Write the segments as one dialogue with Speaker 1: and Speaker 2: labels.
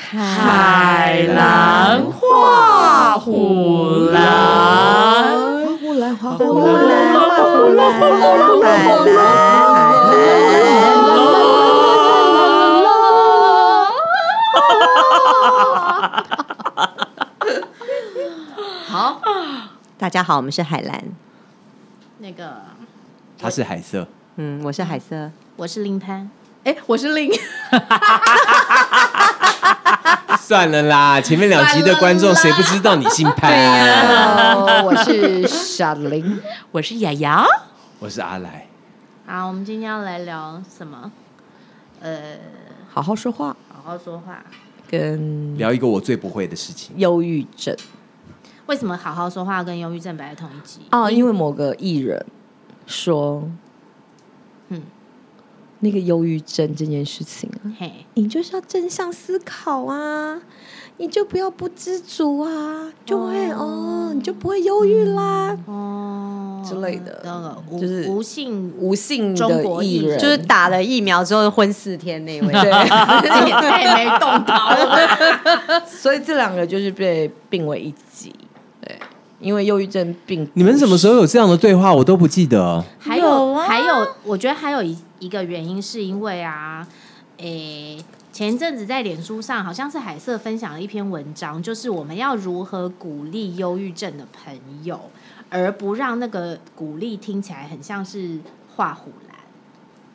Speaker 1: 海兰画虎兰，
Speaker 2: 呼兰花
Speaker 3: 呼
Speaker 2: 呼
Speaker 3: 兰
Speaker 2: 兰
Speaker 3: 花
Speaker 2: 花呼兰海兰海兰。
Speaker 3: 好，
Speaker 2: 大家好，我们是海兰，
Speaker 3: 那个
Speaker 1: 它是海色，
Speaker 2: 嗯，我是海瑟，
Speaker 3: 我是林潘，哎，我是林，
Speaker 1: 算了啦，前面两集的观众谁不知道你姓潘、
Speaker 4: Hello，我是小林。
Speaker 3: 我是雅雅。
Speaker 1: 我是阿来，
Speaker 3: 好，我们今天要来聊什么？呃，
Speaker 2: 好好说话，
Speaker 3: 好好说话。
Speaker 2: 跟
Speaker 1: 聊一个我最不会的事情。
Speaker 2: 忧郁症
Speaker 3: 为什么好好说话跟忧郁症摆在同一集？
Speaker 2: 哦，因为某个艺人说，嗯
Speaker 3: 嗯，
Speaker 2: 那个忧郁症这件事情啊，
Speaker 3: 嘿，
Speaker 2: 你就是要正向思考啊，你就不要不知足啊，就会哦你就不会忧郁啦。
Speaker 3: 哦
Speaker 2: 之类的
Speaker 3: 那个无
Speaker 2: 就是
Speaker 3: 无性 无
Speaker 4: 无姓
Speaker 3: 中国
Speaker 4: 的艺
Speaker 3: 艺人
Speaker 4: 人，
Speaker 2: 就是打了疫苗之后昏四天那位，
Speaker 3: 这也太哎没动脑了。
Speaker 4: 所以这两个就是被并为一级。对，因为忧郁症并
Speaker 1: 你们什么时候有这样的对话？我都不记得。
Speaker 3: 还有还有，我觉得还有一一个原因是因为啊，诶、前阵子在脸书上好像是海瑟分享了一篇文章，就是我们要如何鼓励忧郁症的朋友，而不让那个鼓励听起来很像是画虎兰，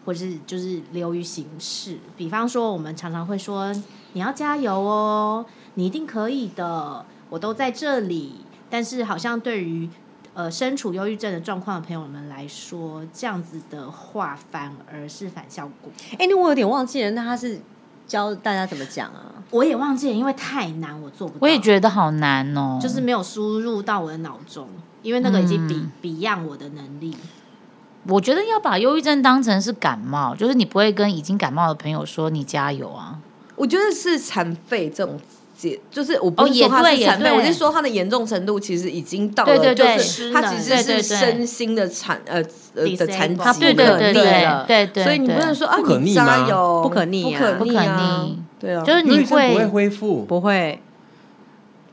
Speaker 3: 或是就是流于形式。比方说，我们常常会说你要加油哦，你一定可以的，我都在这里。但是好像对于呃身处忧郁症的状况的朋友们来说，这样子的话反而是反效果。
Speaker 2: 哎、那我有点忘记了，那他是教大家怎么讲啊？
Speaker 3: 我也忘记了，因为太难，我做不到。
Speaker 5: 我也觉得好难哦，
Speaker 3: 就是没有输入到我的脑中，因为那个已经比、比样我的能力。
Speaker 5: 我觉得要把忧郁症当成是感冒，就是你不会跟已经感冒的朋友说你加油啊，
Speaker 4: 我觉得是残废这种解，就是我
Speaker 5: 哦
Speaker 4: 不是
Speaker 5: 也
Speaker 4: 说它
Speaker 5: 对
Speaker 4: 是
Speaker 5: 也
Speaker 4: 残废，
Speaker 5: 对
Speaker 4: 我是说它的严重程度其实已经到
Speaker 5: 对
Speaker 4: 了，
Speaker 5: 对
Speaker 4: 就
Speaker 5: 对
Speaker 4: 是它其实
Speaker 5: 对对
Speaker 4: 是
Speaker 5: 对
Speaker 4: 身心的残呃呃
Speaker 3: Disabled
Speaker 4: 的残
Speaker 3: 它
Speaker 4: 疾，
Speaker 3: 不
Speaker 5: 对对
Speaker 4: 可
Speaker 5: 对
Speaker 4: 逆
Speaker 5: 对
Speaker 4: 了
Speaker 5: 对对，
Speaker 4: 所以你不能
Speaker 5: 对
Speaker 4: 说啊，
Speaker 1: 不可逆
Speaker 4: 你
Speaker 1: 吗
Speaker 4: 加油，
Speaker 2: 不可逆啊
Speaker 4: 不可逆啊
Speaker 5: 不可逆，
Speaker 4: 对啊，
Speaker 5: 就是
Speaker 1: 忧
Speaker 5: 你
Speaker 1: 郁症不会
Speaker 5: 会
Speaker 1: 恢复，
Speaker 2: 不会，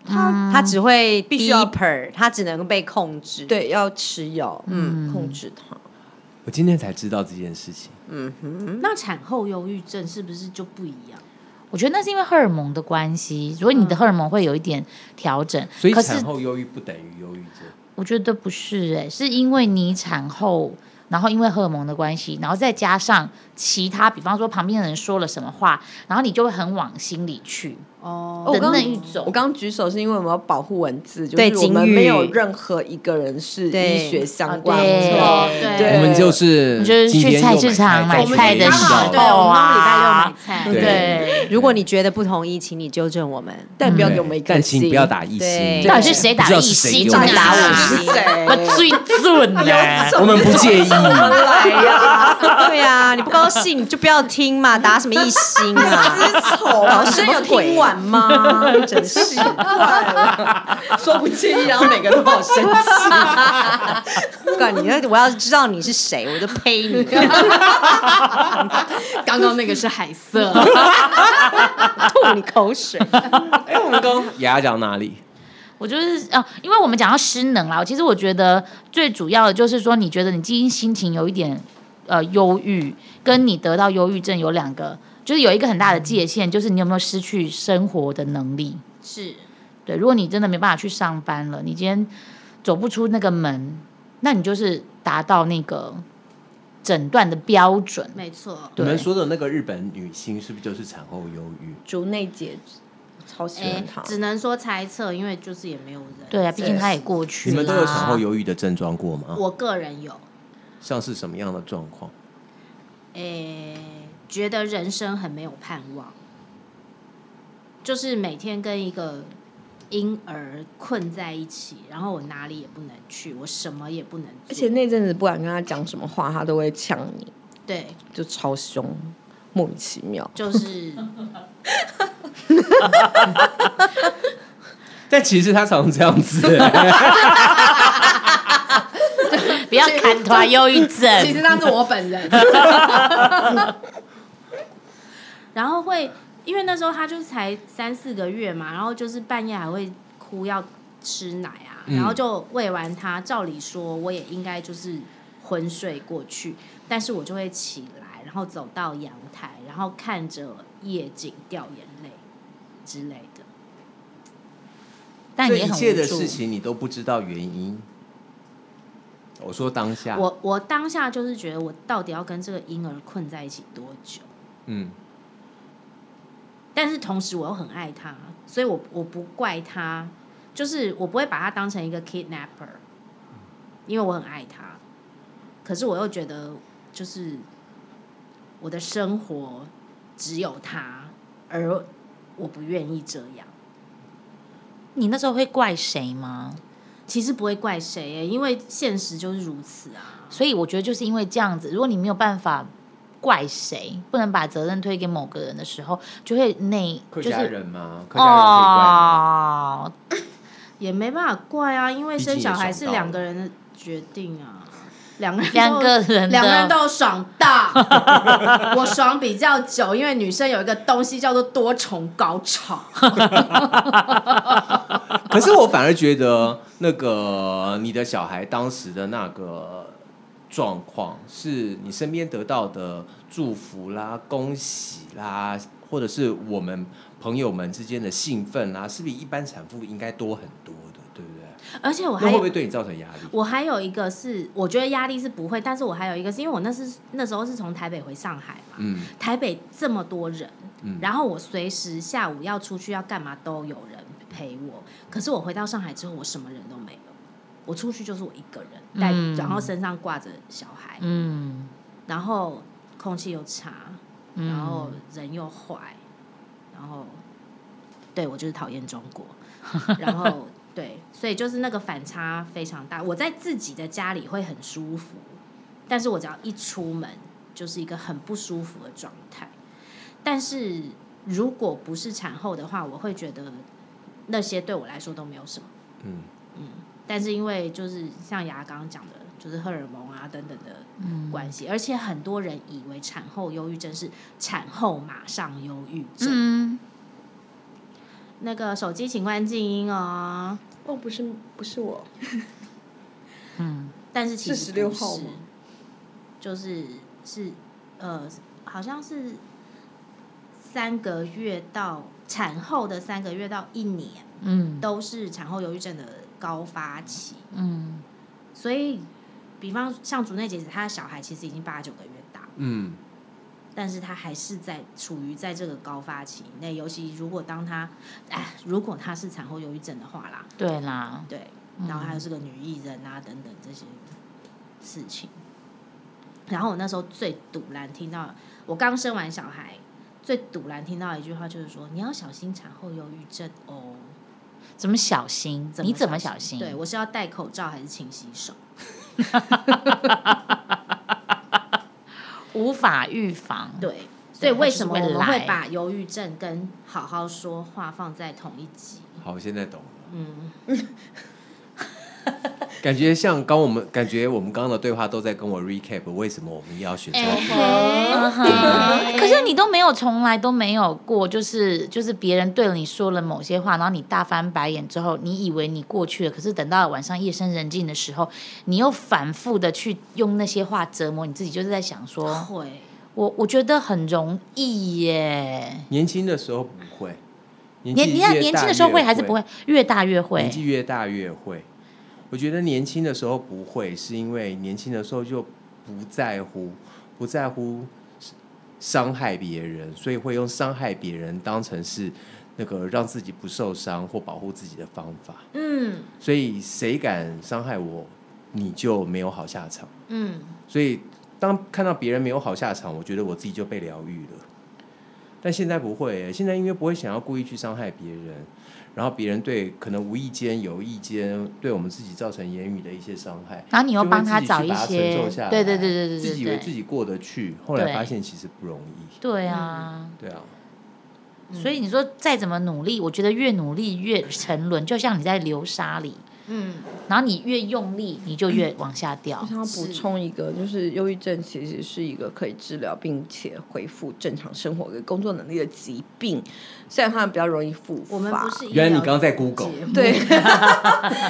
Speaker 5: 嗯
Speaker 2: 他他只会
Speaker 4: 必须要
Speaker 2: deeper，他只能被控制。，
Speaker 4: 对要吃药，嗯，控制它。
Speaker 1: 我今天才知道这件事情。
Speaker 3: 嗯那产后忧郁症是不是就不一样？
Speaker 5: 我觉得那是因为荷尔蒙的关系，所以你的荷尔蒙会有一点调整。
Speaker 1: 所以
Speaker 5: 可是
Speaker 1: 产后忧郁不等于忧郁症。
Speaker 5: 我觉得不是哎、是因为你产后，然后因为荷尔蒙的关系，然后再加上其他，比方说旁边的人说了什么话，然后你就会很往心里去
Speaker 3: 哦，
Speaker 4: 我
Speaker 5: 的
Speaker 4: 刚
Speaker 5: 那一
Speaker 4: 我
Speaker 5: 种。
Speaker 4: 刚刚举手是因为我们要保护文字，就
Speaker 2: 对
Speaker 4: 是我们
Speaker 2: 警语
Speaker 4: 没有任何一个人是
Speaker 2: 对
Speaker 4: 医学相关
Speaker 5: 啊对
Speaker 4: 的。
Speaker 3: 对
Speaker 4: 对
Speaker 1: 我们就是
Speaker 5: 就是
Speaker 1: 今天
Speaker 5: 去菜市场
Speaker 1: 又
Speaker 5: 买菜的
Speaker 3: 我们刚
Speaker 5: 时
Speaker 3: 好
Speaker 5: 候
Speaker 3: 对，我们都礼拜六
Speaker 5: 啊
Speaker 3: 买，菜，
Speaker 1: 对
Speaker 5: 对，
Speaker 4: 嗯
Speaker 2: 如果你觉得不同意，请你纠正我们。
Speaker 4: 但不要
Speaker 1: 对
Speaker 4: 给我们一颗
Speaker 1: 但请
Speaker 4: 心
Speaker 1: 不要打一
Speaker 2: 对
Speaker 1: 星，
Speaker 5: 到底是谁打
Speaker 1: 不知
Speaker 5: 的
Speaker 1: 道
Speaker 5: 一
Speaker 1: 是谁
Speaker 5: 星？
Speaker 1: 有
Speaker 5: 就
Speaker 1: 的
Speaker 5: 打
Speaker 4: 我
Speaker 5: 我
Speaker 4: 是
Speaker 5: 一星，
Speaker 4: 谁
Speaker 5: 我最准呢。
Speaker 1: 我们不介意。
Speaker 4: 来呀，
Speaker 2: 对呀、你不高兴你就不要听嘛，打什么一 心啊？
Speaker 4: 真丑啊！老师有听完 吗？真是怪了，说不介意，然后每个都好生气。
Speaker 2: 管你，我要知道你是谁，我就呸 你。
Speaker 3: 刚刚那个是海瑟，
Speaker 2: 吐你口水。
Speaker 1: 哎，我们刚雅雅讲哪里？
Speaker 5: 我就是啊，因为我们讲到失能啦，其实我觉得最主要的就是说，你觉得你今天心情有一点呃忧郁，跟你得到忧郁症有两个，就是有一个很大的界限，就是你有没有失去生活的能力。
Speaker 3: 是
Speaker 5: 对，如果你真的没办法去上班了，你今天走不出那个门，那你就是达到那个诊断的标准。
Speaker 3: 没错。
Speaker 1: 你
Speaker 5: 对
Speaker 1: 们说的那个日本女星是不是就是产后忧郁？
Speaker 4: 竹内结子超喜
Speaker 3: 哎
Speaker 4: 欢他，，
Speaker 3: 只能说猜测，因为就是也没有人。
Speaker 5: 对啊，毕竟他也过去
Speaker 1: 你
Speaker 5: 了。
Speaker 1: 们都有产后忧郁的症状过吗？
Speaker 3: 我个人有，
Speaker 1: 像是什么样的状况？
Speaker 3: 诶、觉得人生很没有盼望，就是每天跟一个婴儿困在一起，然后我哪里也不能去，我什么也不能做，
Speaker 4: 而且那阵子不管跟他讲什么话，他都会呛你，
Speaker 3: 对，
Speaker 4: 就超凶，莫名其妙。
Speaker 3: 就是
Speaker 1: 但其实她常常这样子，
Speaker 5: 不要砍
Speaker 3: 啊
Speaker 5: 团忧郁症。
Speaker 3: 其实那是我本人。然后会因为那时候他就才三四个月嘛，然后就是半夜还会哭要吃奶啊，
Speaker 1: 嗯
Speaker 3: 然后就喂完他，照理说我也应该就是昏睡过去，但是我就会起来，然后走到阳台，然后看着夜景掉眼泪之类的。
Speaker 5: 但
Speaker 1: 这
Speaker 5: 也
Speaker 1: 一
Speaker 5: 很
Speaker 1: 切
Speaker 5: 无
Speaker 1: 的
Speaker 5: 助
Speaker 1: 事。情你都不知道原因。我说当下，
Speaker 3: 我我当下就是觉得我到底要跟这个婴儿困在一起多久？
Speaker 1: 嗯，
Speaker 3: 但是同时我又很爱他，所以我我不怪他，就是我不会把他当成一个 kidnapper，因为我很爱他。可是我又觉得，就是我的生活只有他，而我不愿意这样。
Speaker 5: 你那时候会怪谁吗？
Speaker 3: 其实不会怪谁耶、因为现实就是如此啊。
Speaker 5: 所以我觉得就是因为这样子，如果你没有办法怪谁，不能把责任推给某个人的时候，就会内
Speaker 1: 客
Speaker 5: 就
Speaker 1: 家
Speaker 5: 是
Speaker 1: 人嘛，客家人可以怪啊吗
Speaker 5: 哦，
Speaker 3: 也没办法怪啊，因为
Speaker 1: 毕竟
Speaker 3: 生
Speaker 1: 也
Speaker 3: 小孩
Speaker 1: 爽
Speaker 3: 是
Speaker 1: 到
Speaker 3: 两
Speaker 1: 了
Speaker 3: 个人的决定啊，两个人
Speaker 5: 两
Speaker 3: 都
Speaker 5: 个人
Speaker 3: 两个人
Speaker 5: 的
Speaker 3: 都有爽到， 我爽比较久，因为女生有一个东西叫做多重高潮，
Speaker 1: 可是我反而觉得，那个你的小孩当时的那个状况，是你身边得到的祝福啦、恭喜啦，或者是我们朋友们之间的兴奋啦，是比一般产妇应该多很多的，对不对？
Speaker 3: 而
Speaker 5: 哦
Speaker 3: 且我
Speaker 1: 那
Speaker 3: 还
Speaker 1: 会不会对你造成压力？
Speaker 3: 我还有一个是，我觉得压力是不会，但是我还有一个是因为我那是那时候是从台北回上海嘛，
Speaker 1: 嗯
Speaker 3: 台北这么多人，
Speaker 1: 嗯
Speaker 3: 然后我随时下午要出去要干嘛都有人陪我，可是我回到上海之后，我什么人都没有，我出去就是我一个人带，
Speaker 5: 嗯
Speaker 3: 然后身上挂着小孩，
Speaker 5: 嗯，
Speaker 3: 然后空气又差，
Speaker 5: 嗯
Speaker 3: 然后人又坏，然后对我就是讨厌中国， 然后对，所以就是那个反差非常大。我在自己的家里会很舒服，但是我只要一出门就是一个很不舒服的状态。但是如果不是产后的话，我会觉得那些对我来说都没有什么。
Speaker 1: 嗯，
Speaker 3: 但是因为就是像牙刚刚讲的，就是荷尔蒙啊等等的关系，而且很多人以为产后忧郁症是产后马上忧郁症。
Speaker 5: 嗯，
Speaker 3: 那个手机请关静音哦。
Speaker 2: 哦，不是，不是我，
Speaker 3: 但是其实
Speaker 4: 是
Speaker 3: 不
Speaker 4: 16
Speaker 3: 是
Speaker 4: 号吗
Speaker 3: 就是是呃，好像是三个月到产后的三个月到一年
Speaker 5: 嗯
Speaker 3: 都是产后忧郁症的高发期。
Speaker 5: 嗯
Speaker 3: 所以，比方像竹内结子，她的小孩其实已经八九个月大，
Speaker 1: 嗯，
Speaker 3: 但是她还是在处于在这个高发期内，尤其如果当她，哎，如果她是产后忧郁症的话啦，
Speaker 5: 对啦，
Speaker 3: 对，
Speaker 5: 嗯
Speaker 3: 然后还有是个女艺人啊等等这些事情。然后我那时候最堵然听到，我刚生完小孩，最堵然听到一句话就是说，你要小心产后忧郁症哦。
Speaker 5: 怎么小心？你怎么小心？
Speaker 3: 对我是要戴口罩还是勤洗手？
Speaker 5: 无法预防。
Speaker 3: 对，所
Speaker 5: 对
Speaker 3: 以
Speaker 5: 它
Speaker 3: 为
Speaker 5: 嗯就是
Speaker 3: 什么
Speaker 5: 会
Speaker 3: 我们会
Speaker 5: 来
Speaker 3: 把忧郁症跟好好说话放在同一集？
Speaker 1: 好，我现在懂了。
Speaker 3: 嗯，
Speaker 1: 感觉像刚我们感觉我们刚刚的对话都在跟我 recap 为什么我们要
Speaker 4: 嗯
Speaker 1: 选择
Speaker 5: 嗯哼可是你都没有，从来都没有过，就是就是别人对你说了某些话，然后你大翻白眼之后，你以为你过去了，可是等到晚上夜深人静的时候，你又反复的去用那些话折磨你自己，就是在想说，
Speaker 3: 会
Speaker 5: 我我觉得很容易耶。
Speaker 1: 年轻的时候不会，年纪
Speaker 5: 年你看
Speaker 1: 越
Speaker 5: 年
Speaker 1: 大
Speaker 5: 轻的时候
Speaker 1: 越
Speaker 5: 会还是不会？越大越会
Speaker 1: 年。纪越大越会。我觉得年轻的时候不会，是因为年轻的时候就不在乎，不在乎伤害别人，所以会用伤害别人当成是那个让自己不受伤或保护自己的方法。
Speaker 3: 嗯
Speaker 1: 所以谁敢伤害我，你就没有好下场。
Speaker 3: 嗯，
Speaker 1: 所以当看到别人没有好下场，我觉得我自己就被疗愈了。但现在不会、现在因为不会想要故意去伤害别人，然后别人对可能无意间、有意间对我们自己造成言语的一些伤害，
Speaker 5: 然后你又
Speaker 1: 就会
Speaker 5: 帮他
Speaker 1: 自己去
Speaker 5: 找
Speaker 1: 把
Speaker 5: 一
Speaker 1: 它
Speaker 5: 些
Speaker 1: 承受下来，
Speaker 5: 对对对对对对
Speaker 1: 自己以为
Speaker 5: 对
Speaker 1: 自己过得去，后来发现其实不容易，
Speaker 5: 对啊。嗯
Speaker 1: 对啊，嗯
Speaker 5: 所以你说再怎么努力，我觉得越努力越沉沦，就像你在流沙里，
Speaker 3: 嗯，
Speaker 5: 然后你越用力，你就越往下掉
Speaker 4: 我。想要补充一个，就是忧郁症其实是一个可以治疗并且恢复正常生活跟工作能力的疾病，虽然它比较容易复发。
Speaker 3: 我们不是医疗
Speaker 1: 原来你刚刚在 Google
Speaker 3: 节目
Speaker 4: 对，因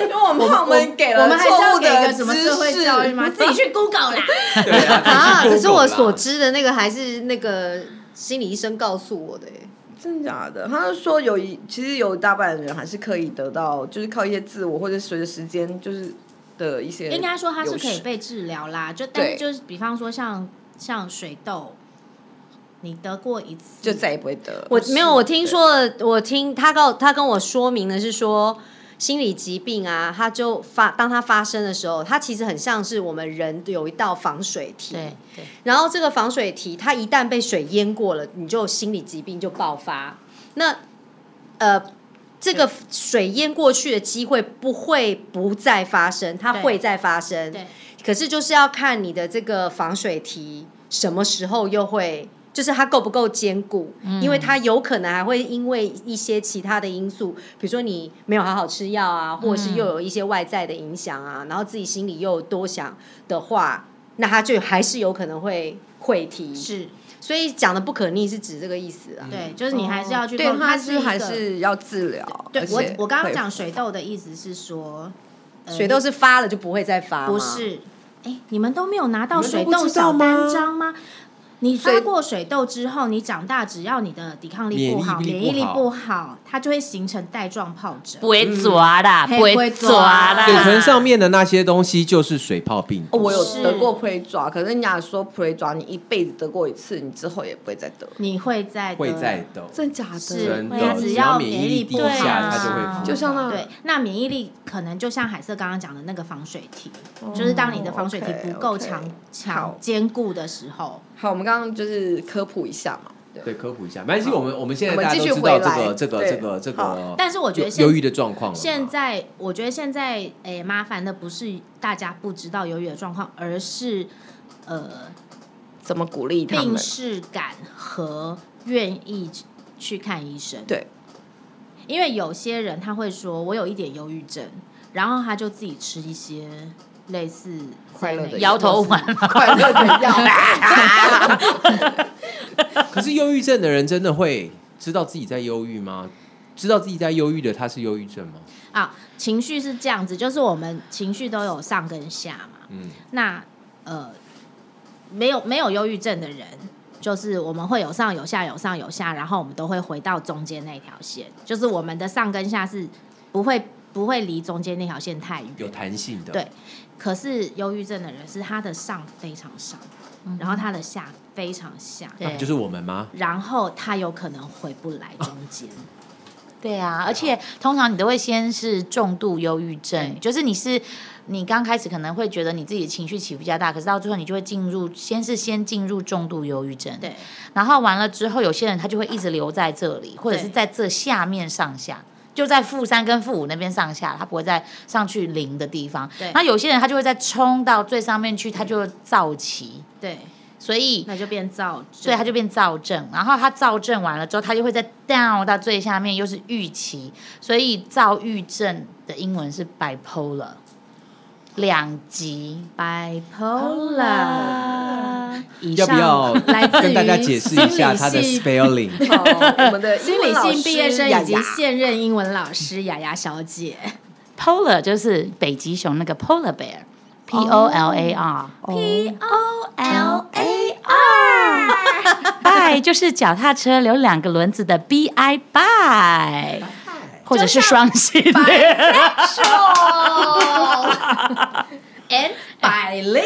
Speaker 4: 为我们怕我们给
Speaker 3: 我
Speaker 4: 了
Speaker 3: 们还是
Speaker 4: 错
Speaker 3: 要
Speaker 4: 误
Speaker 3: 给一
Speaker 4: 的
Speaker 3: 个什么
Speaker 4: 知
Speaker 3: 社会教育
Speaker 4: 识， 啊
Speaker 3: 吗？自己去 Google 啦。
Speaker 1: 对啊，
Speaker 2: 啊！
Speaker 1: 自己去
Speaker 2: 可是我
Speaker 1: Google 啦
Speaker 2: 所知的那个还是那个心理医生告诉我的耶，
Speaker 4: 真的假的？他就说有一，其实有大半的人还是可以得到，就是靠一些自我或者随着时间就是的一些，
Speaker 3: 应该说它是可以被治疗啦，就但是就是比方说像像水痘，你得过一次
Speaker 4: 就再也不会得了。
Speaker 2: 我没有，我听说，我听他告他跟我说明的是说，心理疾病啊，它就发当它发生的时候，它其实很像是我们人有一道防水堤，
Speaker 5: 对对，
Speaker 2: 然后这个防水堤它一旦被水淹过了，你就心理疾病就爆发。那呃，这个水淹过去的机会不会不再发生，它
Speaker 3: 对
Speaker 2: 会再发生。
Speaker 3: 对
Speaker 2: 可是就是要看你的这个防水堤什么时候又会，就是它够不够坚固，
Speaker 5: 嗯
Speaker 2: 因为它有可能还会因为一些其他的因素，比如说你没有好好吃药啊，
Speaker 5: 嗯
Speaker 2: 或者是又有一些外在的影响啊，然后自己心里又有多想的话，那它就还是有可能会溃堤。
Speaker 3: 是，
Speaker 2: 所以讲的不可逆是指这个意思啊。
Speaker 3: 对，就是你还是要去
Speaker 4: 哦对，
Speaker 3: 碰，它
Speaker 4: 他
Speaker 3: 一
Speaker 4: 是
Speaker 3: 个
Speaker 4: 还是要治疗。
Speaker 3: 对
Speaker 4: 而且
Speaker 3: 我我刚刚
Speaker 4: 会
Speaker 3: 讲水痘的意思是说，呃
Speaker 2: 水痘是发了就不会再发吗
Speaker 3: 不，是？哎，你们都没有拿到
Speaker 1: 你们都
Speaker 3: 水
Speaker 1: 不
Speaker 3: 痘
Speaker 1: 知道
Speaker 3: 小单
Speaker 1: 吗
Speaker 3: 张吗？你发
Speaker 4: 水
Speaker 3: 过水痘之后，你长大只要你的抵抗力
Speaker 1: 免
Speaker 3: 不
Speaker 1: 疫
Speaker 3: 好，
Speaker 1: 力
Speaker 3: 免
Speaker 1: 不
Speaker 3: 疫力
Speaker 1: 好
Speaker 3: 不好，它就会形成带状疱疹。
Speaker 5: 不会抓啦，
Speaker 3: 嘿
Speaker 5: 不
Speaker 3: 不会
Speaker 5: 会
Speaker 3: 抓
Speaker 5: 抓啦。
Speaker 1: 嘴唇上面的那些东西就是水泡病毒
Speaker 4: 哦，我有
Speaker 3: 是
Speaker 4: 得过 pre 抓，可是人家说 pre 抓你一辈子得过一次，你之后也不会再得。
Speaker 3: 你会在
Speaker 1: 会
Speaker 3: 得
Speaker 1: 在的，
Speaker 4: 真假的？
Speaker 3: 是
Speaker 1: 真
Speaker 3: 会啊
Speaker 1: 的，
Speaker 3: 只
Speaker 1: 只
Speaker 3: 要
Speaker 1: 要
Speaker 3: 免
Speaker 1: 免
Speaker 3: 疫
Speaker 1: 疫
Speaker 3: 力
Speaker 1: 力低
Speaker 3: 不好
Speaker 1: 下，
Speaker 3: 啊
Speaker 1: 它就会复发
Speaker 4: 就像那
Speaker 3: 对，那免疫力可能就像海瑟刚刚讲的那个防水堤，就是当你的防水堤不够
Speaker 4: OK，OK
Speaker 3: 强、强
Speaker 4: 好
Speaker 3: 坚固的时候，
Speaker 4: 好，我们刚刚就是科普一下嘛。对
Speaker 1: 对，科普一下，没关系，我们我们现
Speaker 4: 我
Speaker 1: 在
Speaker 4: 们
Speaker 1: 大家
Speaker 4: 继续
Speaker 1: 都知道
Speaker 4: 回
Speaker 1: 这
Speaker 4: 来
Speaker 1: 个这个
Speaker 4: 对
Speaker 1: 这个这
Speaker 4: 好
Speaker 1: 个，
Speaker 3: 但是我觉得
Speaker 1: 忧忧
Speaker 3: 现
Speaker 1: 郁的状况了嘛。
Speaker 3: 现在，我觉得现在诶、麻烦的不是大家不知道忧郁的状况，而是呃
Speaker 4: 怎么鼓励他
Speaker 3: 病
Speaker 4: 们？
Speaker 3: 视感和愿意去看医生。
Speaker 4: 对，
Speaker 3: 因为有些人他会说我有一点忧郁症，然后他就自己吃一些类似
Speaker 4: 快乐的
Speaker 5: 摇头丸
Speaker 4: 快乐的 药。
Speaker 1: 可是忧郁症的人真的会知道自己在忧郁吗？知道自己在忧郁的他是忧郁症吗？
Speaker 3: 啊，情绪是这样子，就是我们情绪都有上跟下嘛。
Speaker 1: 嗯，
Speaker 3: 那呃，没有没有忧郁症的人，就是我们会有上有下，有上有下，然后我们都会回到中间那条线，就是我们的上跟下是不会不会离中间那条线太远。
Speaker 1: 有弹性的。
Speaker 3: 对可是忧郁症的人是他的上非常上，
Speaker 5: 嗯
Speaker 3: 然后他的下非常下，
Speaker 1: 那不就是我们吗？
Speaker 3: 然后他有可能回不来中间。
Speaker 5: 哦对啊，而且通常你都会先是重度忧郁症，就是你是你刚开始可能会觉得你自己的情绪起伏比较大，可是到最后你就会进入，先是先进入重度忧郁症，，
Speaker 3: 对，
Speaker 5: 然后完了之后，有些人他就会一直留在这里，或者是在这下面上下。就在负三跟负五那边上下，他不会再上去零的地方
Speaker 3: 对。
Speaker 5: 那有些人他就会再冲到最上面去，他就躁起，
Speaker 3: 对，
Speaker 5: 所以
Speaker 3: 那就变躁症。
Speaker 5: 所以他就变躁症，然后他躁症完了之后，他就会再 down 到最下面，又是预期，所以躁郁症的英文是 bipolar，两极。
Speaker 3: bipolar。以
Speaker 1: 要
Speaker 3: 上
Speaker 1: 不要
Speaker 3: 来自
Speaker 1: 跟大家
Speaker 3: 于
Speaker 1: 解释一下它的
Speaker 3: 心理系
Speaker 1: spelling？
Speaker 4: 好我们的
Speaker 3: 心理系毕业生以及
Speaker 4: 雅雅
Speaker 3: 现任英文老师雅雅小姐
Speaker 5: polar 就是北极熊那个 polar bear，p o l a r，
Speaker 3: ，P 哦 O L
Speaker 5: L
Speaker 3: A R，
Speaker 5: 拜就是脚踏车有两个轮子的 b i 拜，或者是双性恋。哦
Speaker 3: and bilingual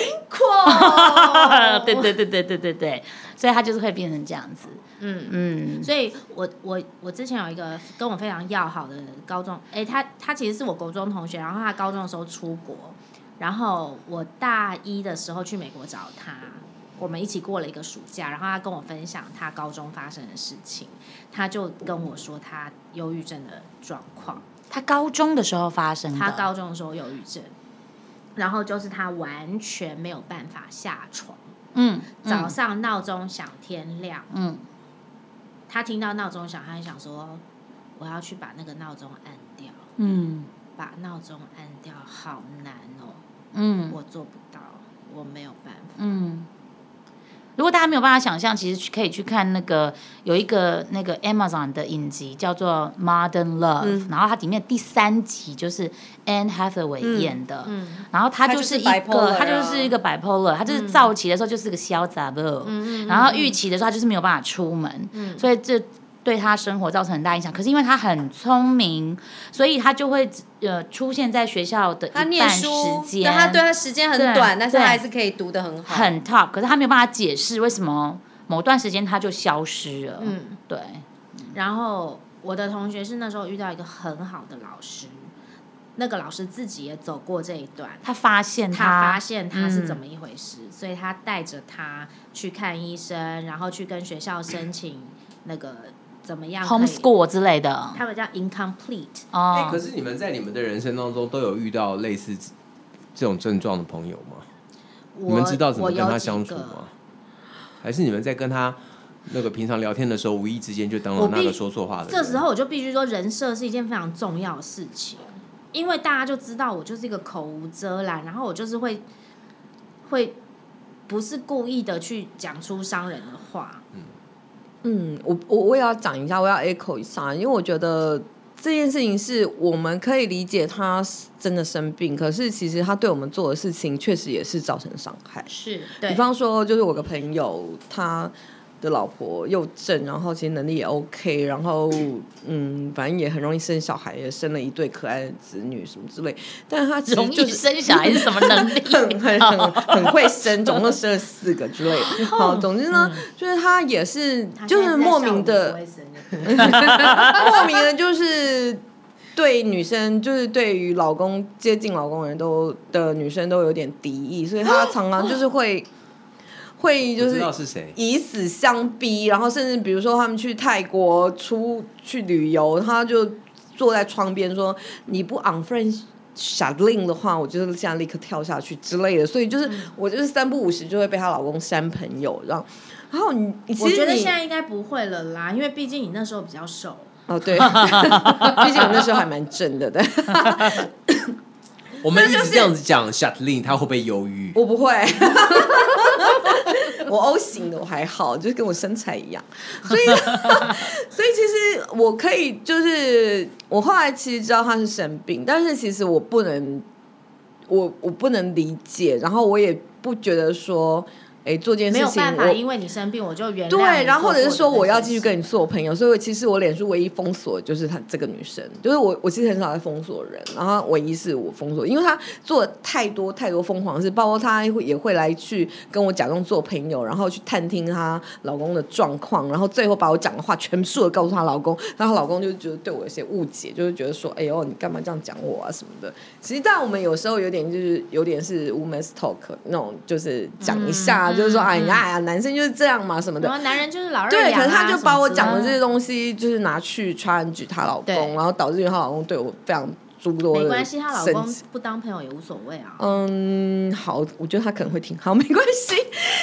Speaker 5: 。对对对对对对对，所以他就是会变成这样子。嗯嗯，
Speaker 3: 所以我我我之前有一个跟我非常要好的高中，诶，他他其实是我国中同学，然后他高中的时候出国，然后我大一的时候去美国找他，我们一起过了一个暑假，然后他跟我分享他高中发生的事情，他就跟我说他忧郁症的状况，
Speaker 5: 他高中的时候发生的。
Speaker 3: 他高中的时候忧郁症，然后就是他完全没有办法下床，
Speaker 5: 嗯
Speaker 3: 早上闹钟响天亮。
Speaker 5: 嗯
Speaker 3: 他听到闹钟响，他就想说：“我要去把那个闹钟按掉。
Speaker 5: 嗯”，
Speaker 3: 把闹钟按掉，好难哦，
Speaker 5: 嗯
Speaker 3: 我做不到，我没有办法。
Speaker 5: 嗯。如果大家没有办法想象，其实去可以去看那个有一个那个 Amazon 的影集叫做《Modern Love》，
Speaker 2: 嗯
Speaker 5: 然后它里面第三集就是 Anne Hathaway
Speaker 2: 嗯
Speaker 5: 演的，
Speaker 3: 嗯
Speaker 5: 然后他
Speaker 2: 他
Speaker 5: 就
Speaker 2: 就是是
Speaker 5: 一个，
Speaker 2: bipolar
Speaker 5: 他就是一个 bipolar，他就是躁期的时候就是个潇洒 b
Speaker 3: 嗯
Speaker 5: 然后预期的时候他就是没有办法出门，
Speaker 3: 嗯
Speaker 5: 所以这对他生活造成很大影响。可是因为他很聪明，所以他就会呃出现在学校的一
Speaker 2: 他
Speaker 5: 半
Speaker 2: 念
Speaker 5: 时
Speaker 2: 书，对
Speaker 5: 间，
Speaker 2: 他对他时间很
Speaker 5: 对
Speaker 2: 短，但是他
Speaker 5: 对
Speaker 2: 还是可以读得很好。
Speaker 5: 很 top，可是他没有办法解释为什么某段时间他就消失了。
Speaker 3: 嗯，
Speaker 5: 对，
Speaker 3: 然后我的同学是那时候遇到一个很好的老师，那个老师自己也走过这一段，
Speaker 5: 他发现
Speaker 3: 他嗯发现他是怎么一回事，所以他带着他去看医生，然后去跟学校申请那个怎么样可以
Speaker 5: homeschool 之类的
Speaker 3: 他们叫 incomplete，
Speaker 1: 哎、
Speaker 5: 哦
Speaker 1: 可。是你们在你们的人生当中都有遇到类似这这种症状的朋友吗？
Speaker 3: 我
Speaker 1: 你们知道怎么
Speaker 3: 我
Speaker 1: 跟
Speaker 3: 有
Speaker 1: 他
Speaker 3: 几
Speaker 1: 相处
Speaker 3: 个
Speaker 1: 吗？还是你们在跟他那个平常聊天的时候，无意之间就当了
Speaker 3: 我
Speaker 1: 那
Speaker 3: 必
Speaker 1: 个说错话的人？
Speaker 3: 这时候我就必须说，人设是一件非常重要的事情，因为大家就知道我就是一个口无遮拦，然后我就是会会不是故意的去讲出伤人的话。
Speaker 4: 嗯，我我我也要讲一下，我要 echo 一下，因为我觉得这件事情是我们可以理解他是真的生病，可是其实他对我们做的事情确实也是造成伤害。
Speaker 3: 是
Speaker 4: 比
Speaker 3: 对，
Speaker 4: 方说，就是我个朋友，他的老婆又正，然后其实能力也 OK，然后嗯，反正也很容易生小孩，也生了一对可爱的子女什么之类。但是他其实
Speaker 5: 容
Speaker 4: 就
Speaker 5: 易
Speaker 4: 是
Speaker 5: 生小孩是什么能力？
Speaker 4: 很很很很会生，总共生了四个之类 的。好，总之呢，就是他也是就是莫名的，莫名的就是对女生，就是对于老公接近老公的人都的女生都有点敌意，所以她常常就是会会就
Speaker 1: 我
Speaker 4: 是
Speaker 1: 知道 是谁，
Speaker 4: 以死相逼，然后甚至比如说他们去泰国出去旅游，他就坐在窗边说：“你不 unfriend 傻令的话，我就是现在立刻跳下去之类的。”所以
Speaker 3: 嗯
Speaker 4: 就是、我就是三不五时就会被她老公删朋友，然后然后你你
Speaker 3: 我
Speaker 4: 其
Speaker 3: 觉
Speaker 4: 实
Speaker 3: 得
Speaker 4: 你
Speaker 3: 现在应该不会了啦，因为毕竟你那时候比较瘦。
Speaker 4: 哦对， 毕竟我那时候还蛮正的，对，
Speaker 1: 我们一直这样子讲 s h a t l i n 他会不会忧郁？
Speaker 4: 我不会。 我 O 型的我还好，就是跟我身材一样，所以 所以其实我可以就是我后来其实知道他是生病，但是其实我不能，我我不能理解，然后我也不觉得说，哎、做这件
Speaker 3: 没
Speaker 4: 事
Speaker 3: 有
Speaker 4: 情
Speaker 3: 办法，
Speaker 4: 我
Speaker 3: 因为你生病，我就原谅你做过的那些事。
Speaker 4: 对，然后或者是说我要继续跟你做朋友，所以我其实我脸书唯一封锁的就是她这个女生，就是我我其实很少在封锁人，然后唯一是我封锁，因为她做了太多太多疯狂的事，包括她会也会来去跟我假装做朋友，然后去探听她老公的状况，然后最后把我讲的话全数的告诉她老公，然后她老公就觉得对我有些误解，就是觉得说，哎呦你干嘛这样讲我啊什么的。其实但我们有时候有点就是有点是 woman's talk 那种，就是讲一下，
Speaker 3: 嗯
Speaker 4: 就是说哎呀哎呀男生就是这样嘛什么的
Speaker 3: 然。后男人就是老二
Speaker 4: 对，
Speaker 3: 养
Speaker 4: 可
Speaker 3: 啊
Speaker 4: 是他就把我讲
Speaker 3: 什
Speaker 4: 的
Speaker 3: 么
Speaker 4: 这
Speaker 3: 之类
Speaker 4: 些东西，就是拿去穿举她老
Speaker 3: 对
Speaker 4: 公，然后导致于她老公对我非常诸多的
Speaker 3: 没关系，她老
Speaker 4: 生
Speaker 3: 公
Speaker 4: 气
Speaker 3: 不当朋友也无所谓啊。
Speaker 4: 嗯，好，我觉得他可能会听，好，没 关系。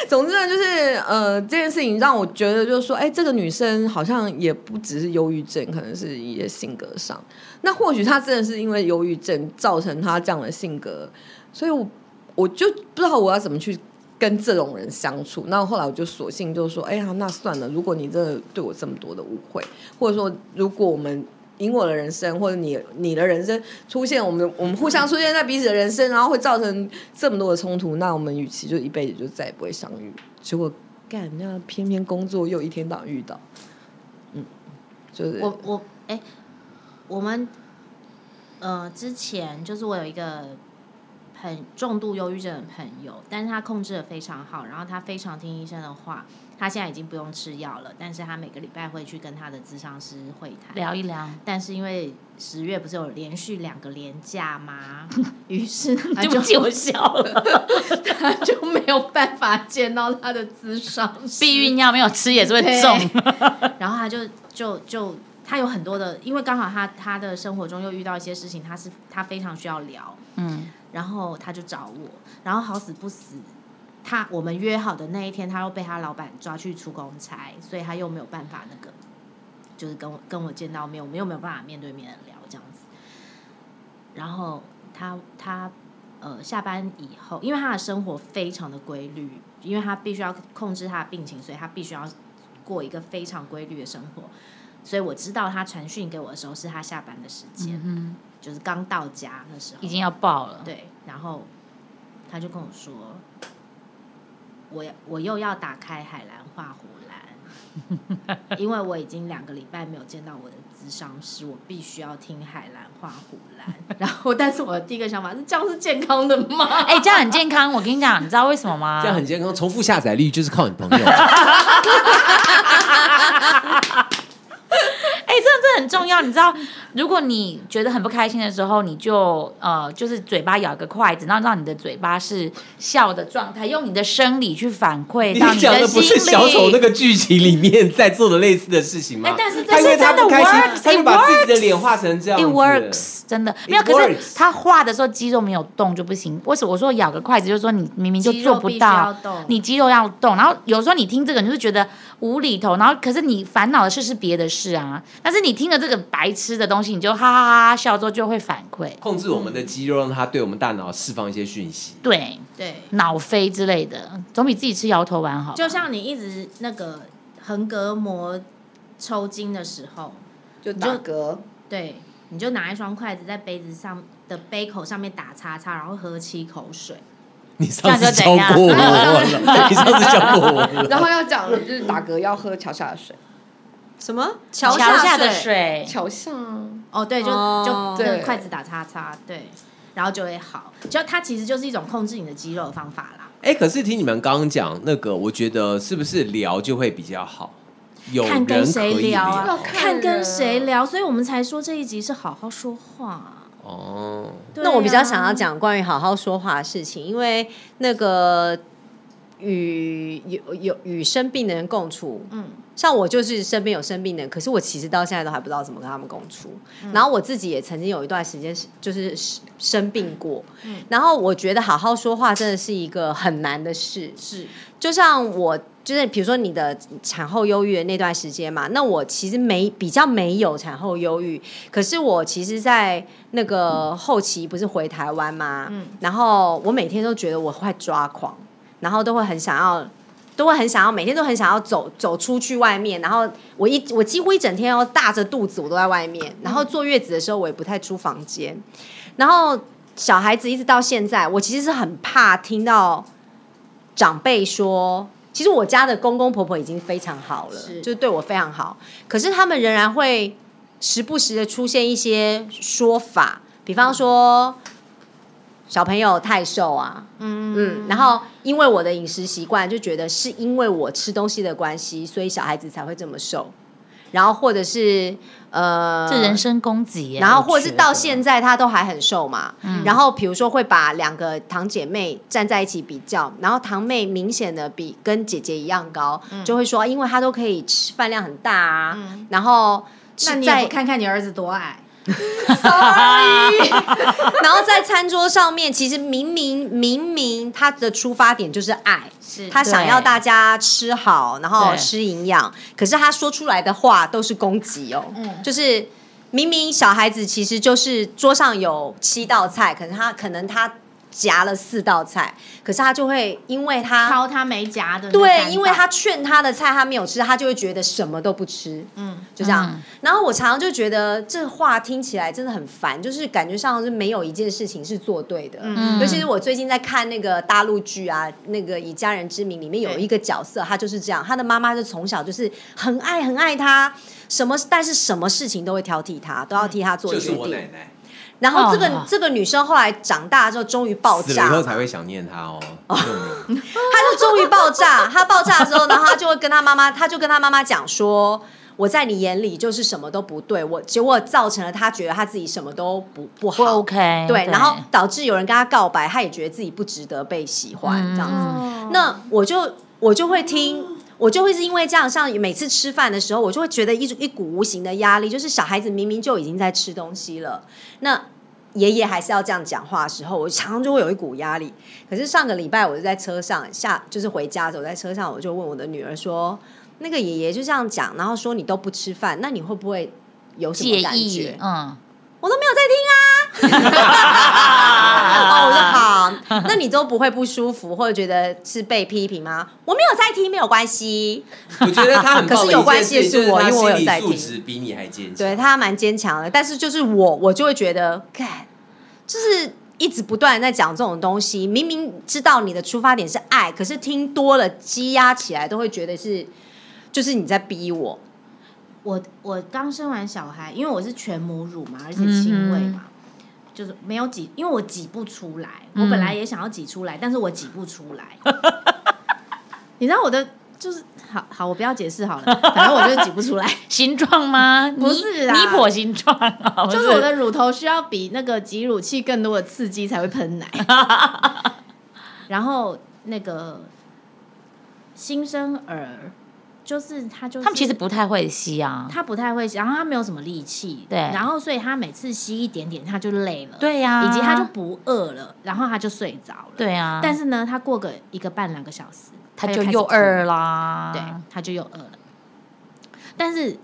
Speaker 4: 总之呢，就是呃，这件事情让我觉得，就是说，哎，这个女生好像也不只是忧郁症，可能是一些性格上。那或许她真的是因为忧郁症造成她这样的性格，所以我我就不知道我要怎么去跟这种人相处。那后来我就索性就说，哎呀，那算了，如果你真的对我这么多的误会，或者说如果我们因我的人生或者你你的人生出现，我们我们互相出现在彼此的人生，然后会造成这么多的冲突，那我们与其就一辈子就再也不会相遇。结果干，那偏偏工作又一天到晚遇到，嗯，就是
Speaker 3: 我我哎、我们呃之前就是我有一个很重度忧郁症的朋友，但是他控制的非常好，然后他非常听医生的话，他现在已经不用吃药了，但是他每个礼拜会去跟他的咨商师会谈
Speaker 5: 聊一聊，
Speaker 3: 但是因为十月不是有连续两个连 假吗？于是他
Speaker 5: 对不
Speaker 3: 就
Speaker 5: 起，我笑 了。
Speaker 3: 他就没有办法见到他的咨商师。
Speaker 5: 避孕药没有吃也是会中，
Speaker 3: 然后他就就就他有很多的，因为刚好他他的生活中又遇到一些事情，他是他非常需要聊，
Speaker 5: 嗯，
Speaker 3: 然后他就找我，然后好死不死，他我们约好的那一天，他又被他老板抓去出公差，所以他又没有办法那个，就是跟我跟我见到面，我们又没有办法面对面的聊这样子。然后他他呃下班以后，因为他的生活非常的规律，因为他必须要控制他的病情，所以他必须要过一个非常规律的生活。所以我知道他传讯给我的时候是他下班的时间，
Speaker 5: 嗯
Speaker 3: 就是刚到家的时候，
Speaker 5: 哼，已经要爆了。
Speaker 3: 对，然后他就跟我说，我要我又要打开海蓝画虎兰，因为我已经两个礼拜没有见到我的咨商师，我必须要听海蓝画虎兰。然后，但是我的第一个想法是，这样是健康的 吗？
Speaker 5: 哎、这样很健康。我跟你讲，你知道为什么吗？
Speaker 1: 这样很健康，重复下载率就是靠你朋友。
Speaker 5: 哎、这这很重要，你知道，如果你觉得很不开心的时候，你就呃，就是嘴巴咬个筷子，然后让你的嘴巴是笑的状态，用你的生理去反馈到
Speaker 1: 你讲
Speaker 5: 的
Speaker 1: 的不
Speaker 5: 心
Speaker 1: 是小丑那
Speaker 5: 理。
Speaker 1: 个剧情里面在做的类似的事情吗？
Speaker 3: 哎但是这
Speaker 1: 他因为
Speaker 5: 是
Speaker 1: 他
Speaker 5: 真的
Speaker 1: 不开心
Speaker 5: works，
Speaker 1: 他就
Speaker 5: it
Speaker 1: 把自己的脸画成这样
Speaker 5: It
Speaker 1: 子。
Speaker 5: works，真的没有。可是
Speaker 1: works
Speaker 5: 他画的时候肌肉没有动就不行。为什么我说咬个筷子，就是说你明明就
Speaker 3: 肌肉
Speaker 5: 做不
Speaker 3: 必须
Speaker 5: 到
Speaker 3: 要动，
Speaker 5: 你肌肉要动。然后有时候你听这个，你就觉得无厘头，然后可是你烦恼的事是别的事啊。但是你听了这个白痴的东西，你就哈哈哈哈笑之后就会反馈，
Speaker 1: 控制我们的肌肉，让它对我们大脑释放一些讯息。
Speaker 5: 对。
Speaker 3: 对，
Speaker 5: 脑飞之类的，总比自己吃摇头丸好吧。
Speaker 3: 就像你一直那个横膈膜抽筋的时候，
Speaker 4: 就打嗝，
Speaker 3: 对，你就拿一双筷子在杯子上的杯口上面打叉叉，然后喝七口水。
Speaker 1: 你 上
Speaker 5: 这
Speaker 1: 次
Speaker 5: 样就怎
Speaker 1: 教
Speaker 5: 样
Speaker 1: 过我 了，你上次教过我 了。
Speaker 4: 然后要讲的就是打嗝要喝桥下的水，
Speaker 2: 什么
Speaker 5: 桥
Speaker 2: 桥下
Speaker 5: 的
Speaker 2: 水？
Speaker 5: 水，
Speaker 4: 桥下啊
Speaker 3: 哦，对，就
Speaker 2: 哦
Speaker 3: 就那
Speaker 4: 对
Speaker 3: 个筷子打叉叉，对，然后就会好。就它其实就是一种控制你的肌肉的方法啦。
Speaker 1: 哎，可是听你们刚刚讲那个，我觉得是不是聊就会比较好？有
Speaker 3: 看
Speaker 1: 人
Speaker 3: 跟
Speaker 1: 可
Speaker 3: 谁
Speaker 1: 以
Speaker 3: 聊啊
Speaker 1: 聊
Speaker 4: 看
Speaker 3: 看跟谁
Speaker 4: 人
Speaker 3: 聊，所以我们才说这一集是好好说话。
Speaker 1: 哦。
Speaker 3: 对
Speaker 2: 那我比较
Speaker 3: 啊
Speaker 2: 想要，讲关于好好说话的事情，因为那个与有有与生病的人共处，
Speaker 3: 嗯，
Speaker 2: 像我就是身边有生病的人，可是我其实到现在都还不知道怎么跟他们共处。
Speaker 3: 嗯
Speaker 2: 然后我自己也曾经有一段时间是就是生生病过，
Speaker 3: 嗯
Speaker 2: 然后我觉得好好说话真的是一个很难的事，
Speaker 3: 是
Speaker 2: 就像我，就是比如说你的产后忧郁的那段时间嘛，那我其实没比较没有产后忧郁，可是我其实，在那个后期不是回台湾嘛，然后我每天都觉得我快抓狂，然后都会很想要。都会很想要，每天都很想要走走出去外面，然后我一我几乎一整天哦大着肚子我都在外面，然后坐月子的时候我也不太出房间，然后小孩子一直到现在，我其实是很怕听到长辈说，其实我家的公公婆婆已经非常好了，
Speaker 3: 是
Speaker 2: 就是对我非常好，可是他们仍然会时不时的出现一些说法，比方说。小朋友太瘦啊，嗯嗯，然后因为我的饮食习惯，就觉得是因为我吃东西的关系，所以小孩子才会这么瘦，然后或者是呃，
Speaker 5: 这人身攻击耶。
Speaker 2: 然后或
Speaker 5: 我
Speaker 2: 是
Speaker 5: 觉得
Speaker 2: 到现在她都还很瘦嘛，
Speaker 3: 嗯
Speaker 2: 然后比如说会把两个堂姐妹站在一起比较，然后堂妹明显的比跟姐姐一样高，
Speaker 3: 嗯
Speaker 2: 就会说因为她都可以吃饭量很大啊，然后
Speaker 3: 那
Speaker 2: 吃
Speaker 3: 你也
Speaker 2: 在哎
Speaker 3: 不看看你儿子多矮，啊
Speaker 2: 然后在餐桌上面，其实明明明明她的出发点就是爱，
Speaker 3: 是
Speaker 2: 她想要
Speaker 5: 对
Speaker 2: 大家吃好，然后
Speaker 5: 对
Speaker 2: 吃营养，可是她说出来的话都是攻击哦，
Speaker 5: 嗯
Speaker 2: 就是。明明小孩子其实就是桌上有七道菜，可能他可能他夹了四道菜，可是他就会因为他
Speaker 3: 敲他没夹的那三道，
Speaker 2: 对，因为他劝他的菜他没有吃，他就会觉得什么都不吃，嗯，就这样。然后我常常就觉得这话听起来真的很烦，就是感觉上是没有一件事情是做对的，嗯，尤其是我最近在看那个大陆剧啊，那个《以家人之名》里面有一个角色，他就是这样，他的妈妈就从小就是很爱很爱他。什么？但是什么事情都会挑剔他，都要替他做决定。
Speaker 1: 奶
Speaker 2: 然后这个、
Speaker 5: 哦
Speaker 2: 这个女生后来长大之后，终于爆
Speaker 1: 死了以
Speaker 2: 炸，啊
Speaker 1: 后才会想念他哦。这种人
Speaker 2: 他就终于 爆炸。他爆炸之后，然后他就会跟他妈妈，他就跟他妈妈讲说。我在你眼里就是什么都不对，我结果造成了他觉得他自己什么都不不好，
Speaker 5: 不 OK
Speaker 2: 对，
Speaker 5: 对
Speaker 2: 然后导致有人跟他告白，他也觉得自己不值得被喜欢，
Speaker 5: 嗯
Speaker 2: 这样子。
Speaker 3: 哦
Speaker 2: 那我就我就会听，我就会是因为这样，像每次吃饭的时候，我就会觉得一种一股无形的压力，就是小孩子明明就已经在吃东西了，那爷爷还是要这样讲话的时候，我常常就会有一股压力。可是上个礼拜我就在车上下，就是回家走在车上，我就问我的女儿说：“那个爷爷就这样讲，然后说你都不吃饭，那你会不会有什
Speaker 5: 介
Speaker 2: 么感
Speaker 5: 意
Speaker 2: 觉，？”
Speaker 5: 嗯，
Speaker 2: 我都没有在听啊，哦，我说好，那你都不会不舒服或者觉得是被批评吗？我没有在听，没有关系。
Speaker 1: 我觉得 他很棒的一件事情就是他
Speaker 2: 可是有关系的是我因为我
Speaker 1: 心
Speaker 2: 有
Speaker 1: 理
Speaker 2: 在
Speaker 1: 素质比你还坚强。
Speaker 2: 对他蛮坚强的，但是就是我，我就会觉得，看，就是一直不断地在讲这种东西，明明知道你的出发点是爱，可是听多了积压起来，都会觉得是，就是你在逼我。
Speaker 3: 我我刚生完小孩，因为我是全母乳嘛，而且亲喂
Speaker 5: 嗯
Speaker 3: 嘛，就是没有挤，因为我挤不出来。我
Speaker 5: 嗯
Speaker 3: 本来也想要挤出来，但是我挤不 出来。你知道我的就是好好，我不要解释好了，反正我就挤 不出来。
Speaker 5: 形状吗？
Speaker 3: 不是啊
Speaker 5: 尼婆形状啊，不
Speaker 3: 就是我的乳头需要比那个挤乳器更多的刺激才会喷 奶。然后那个新生儿，就是他就是
Speaker 5: 他们其实不太会吸啊。
Speaker 3: 他不太会吸，然后他没有什么力气，
Speaker 5: 对
Speaker 3: 然后所以他每次吸一点点他就累了，、
Speaker 5: 对呀、
Speaker 3: 以及他就不饿了，然后他就睡着了，、
Speaker 5: 对呀、
Speaker 3: 但是呢，他过个一个半两个小时，
Speaker 5: 他
Speaker 3: 就
Speaker 5: 就
Speaker 3: 开始
Speaker 5: 又啊
Speaker 3: 吐
Speaker 5: 二啦。
Speaker 3: 对，他就又饿了。但是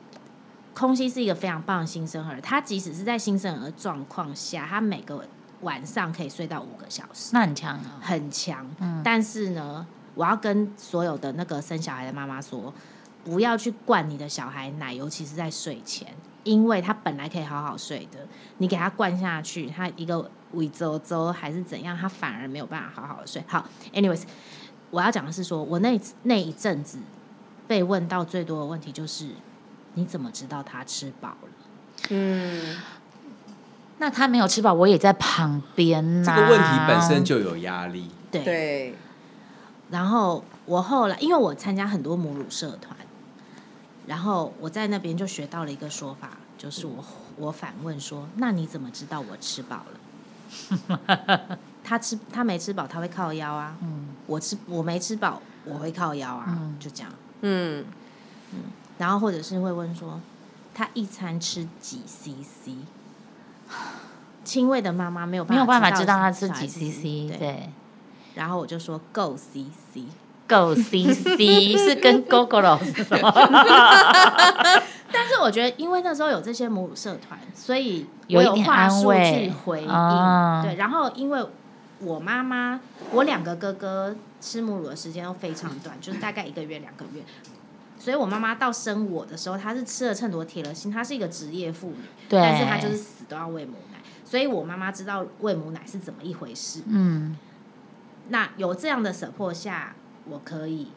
Speaker 3: 空西是一个非常棒的新生儿，他即使是在新生儿的状况下，他每个晚上可以睡到五个小时，
Speaker 5: 那很强啊。
Speaker 3: 很强。
Speaker 5: 嗯
Speaker 3: 但是呢，我要跟所有的那个生小孩的妈妈说，不要去灌你的小孩奶，尤其是在睡前，因为他本来可以好好睡的，你给他灌下去，他一个尾周周还是怎样，他反而没有办法好好的睡。好，anyways，我要讲的是说，我那一次那一阵子被问到最多的问题就是，你怎么知道他吃饱了？
Speaker 2: 嗯，
Speaker 5: 那他没有吃饱，我也在旁边
Speaker 1: 这
Speaker 5: 呐、
Speaker 1: 个问题本身就有压力，
Speaker 3: 对，
Speaker 4: 对，
Speaker 3: 然后我后来，因为我参加很多母乳社团，然后我在那边就学到了一个说法，就是我我反问说：“那你怎么知道我吃饱了？” 他吃他没吃饱，他会靠腰啊。
Speaker 5: 嗯
Speaker 3: 我吃我没吃饱，我会靠腰啊，就这样。
Speaker 2: 嗯，
Speaker 3: 然后或者是会问说，他一餐吃几 CC？亲喂的妈妈没有
Speaker 5: 没有办法知道他
Speaker 3: 吃
Speaker 5: 吃几 CC，
Speaker 3: 对。
Speaker 5: 对，
Speaker 3: 然后我就说够 CC。
Speaker 5: 够 CC 是跟 GoGo 老师什么
Speaker 3: 但是我觉得，因为那时候有这些母乳社团，所以
Speaker 5: 有
Speaker 3: 我
Speaker 5: 一
Speaker 3: 有
Speaker 5: 点
Speaker 3: 话
Speaker 5: 安
Speaker 3: 术
Speaker 5: 慰
Speaker 3: 去回应。
Speaker 5: 啊
Speaker 3: 对，然后因为我妈妈，我两个哥哥吃母乳的时间都非常短，就是大概一个月、两个月。所以我妈妈到生我的时候，她是吃了秤砣铁了心，她是一个职业妇女，
Speaker 5: 对
Speaker 3: 但是她就是死都要喂母奶，所以我妈妈知道喂母奶是怎么一回事。
Speaker 5: 嗯，
Speaker 3: 那有这样的 support 下，我可以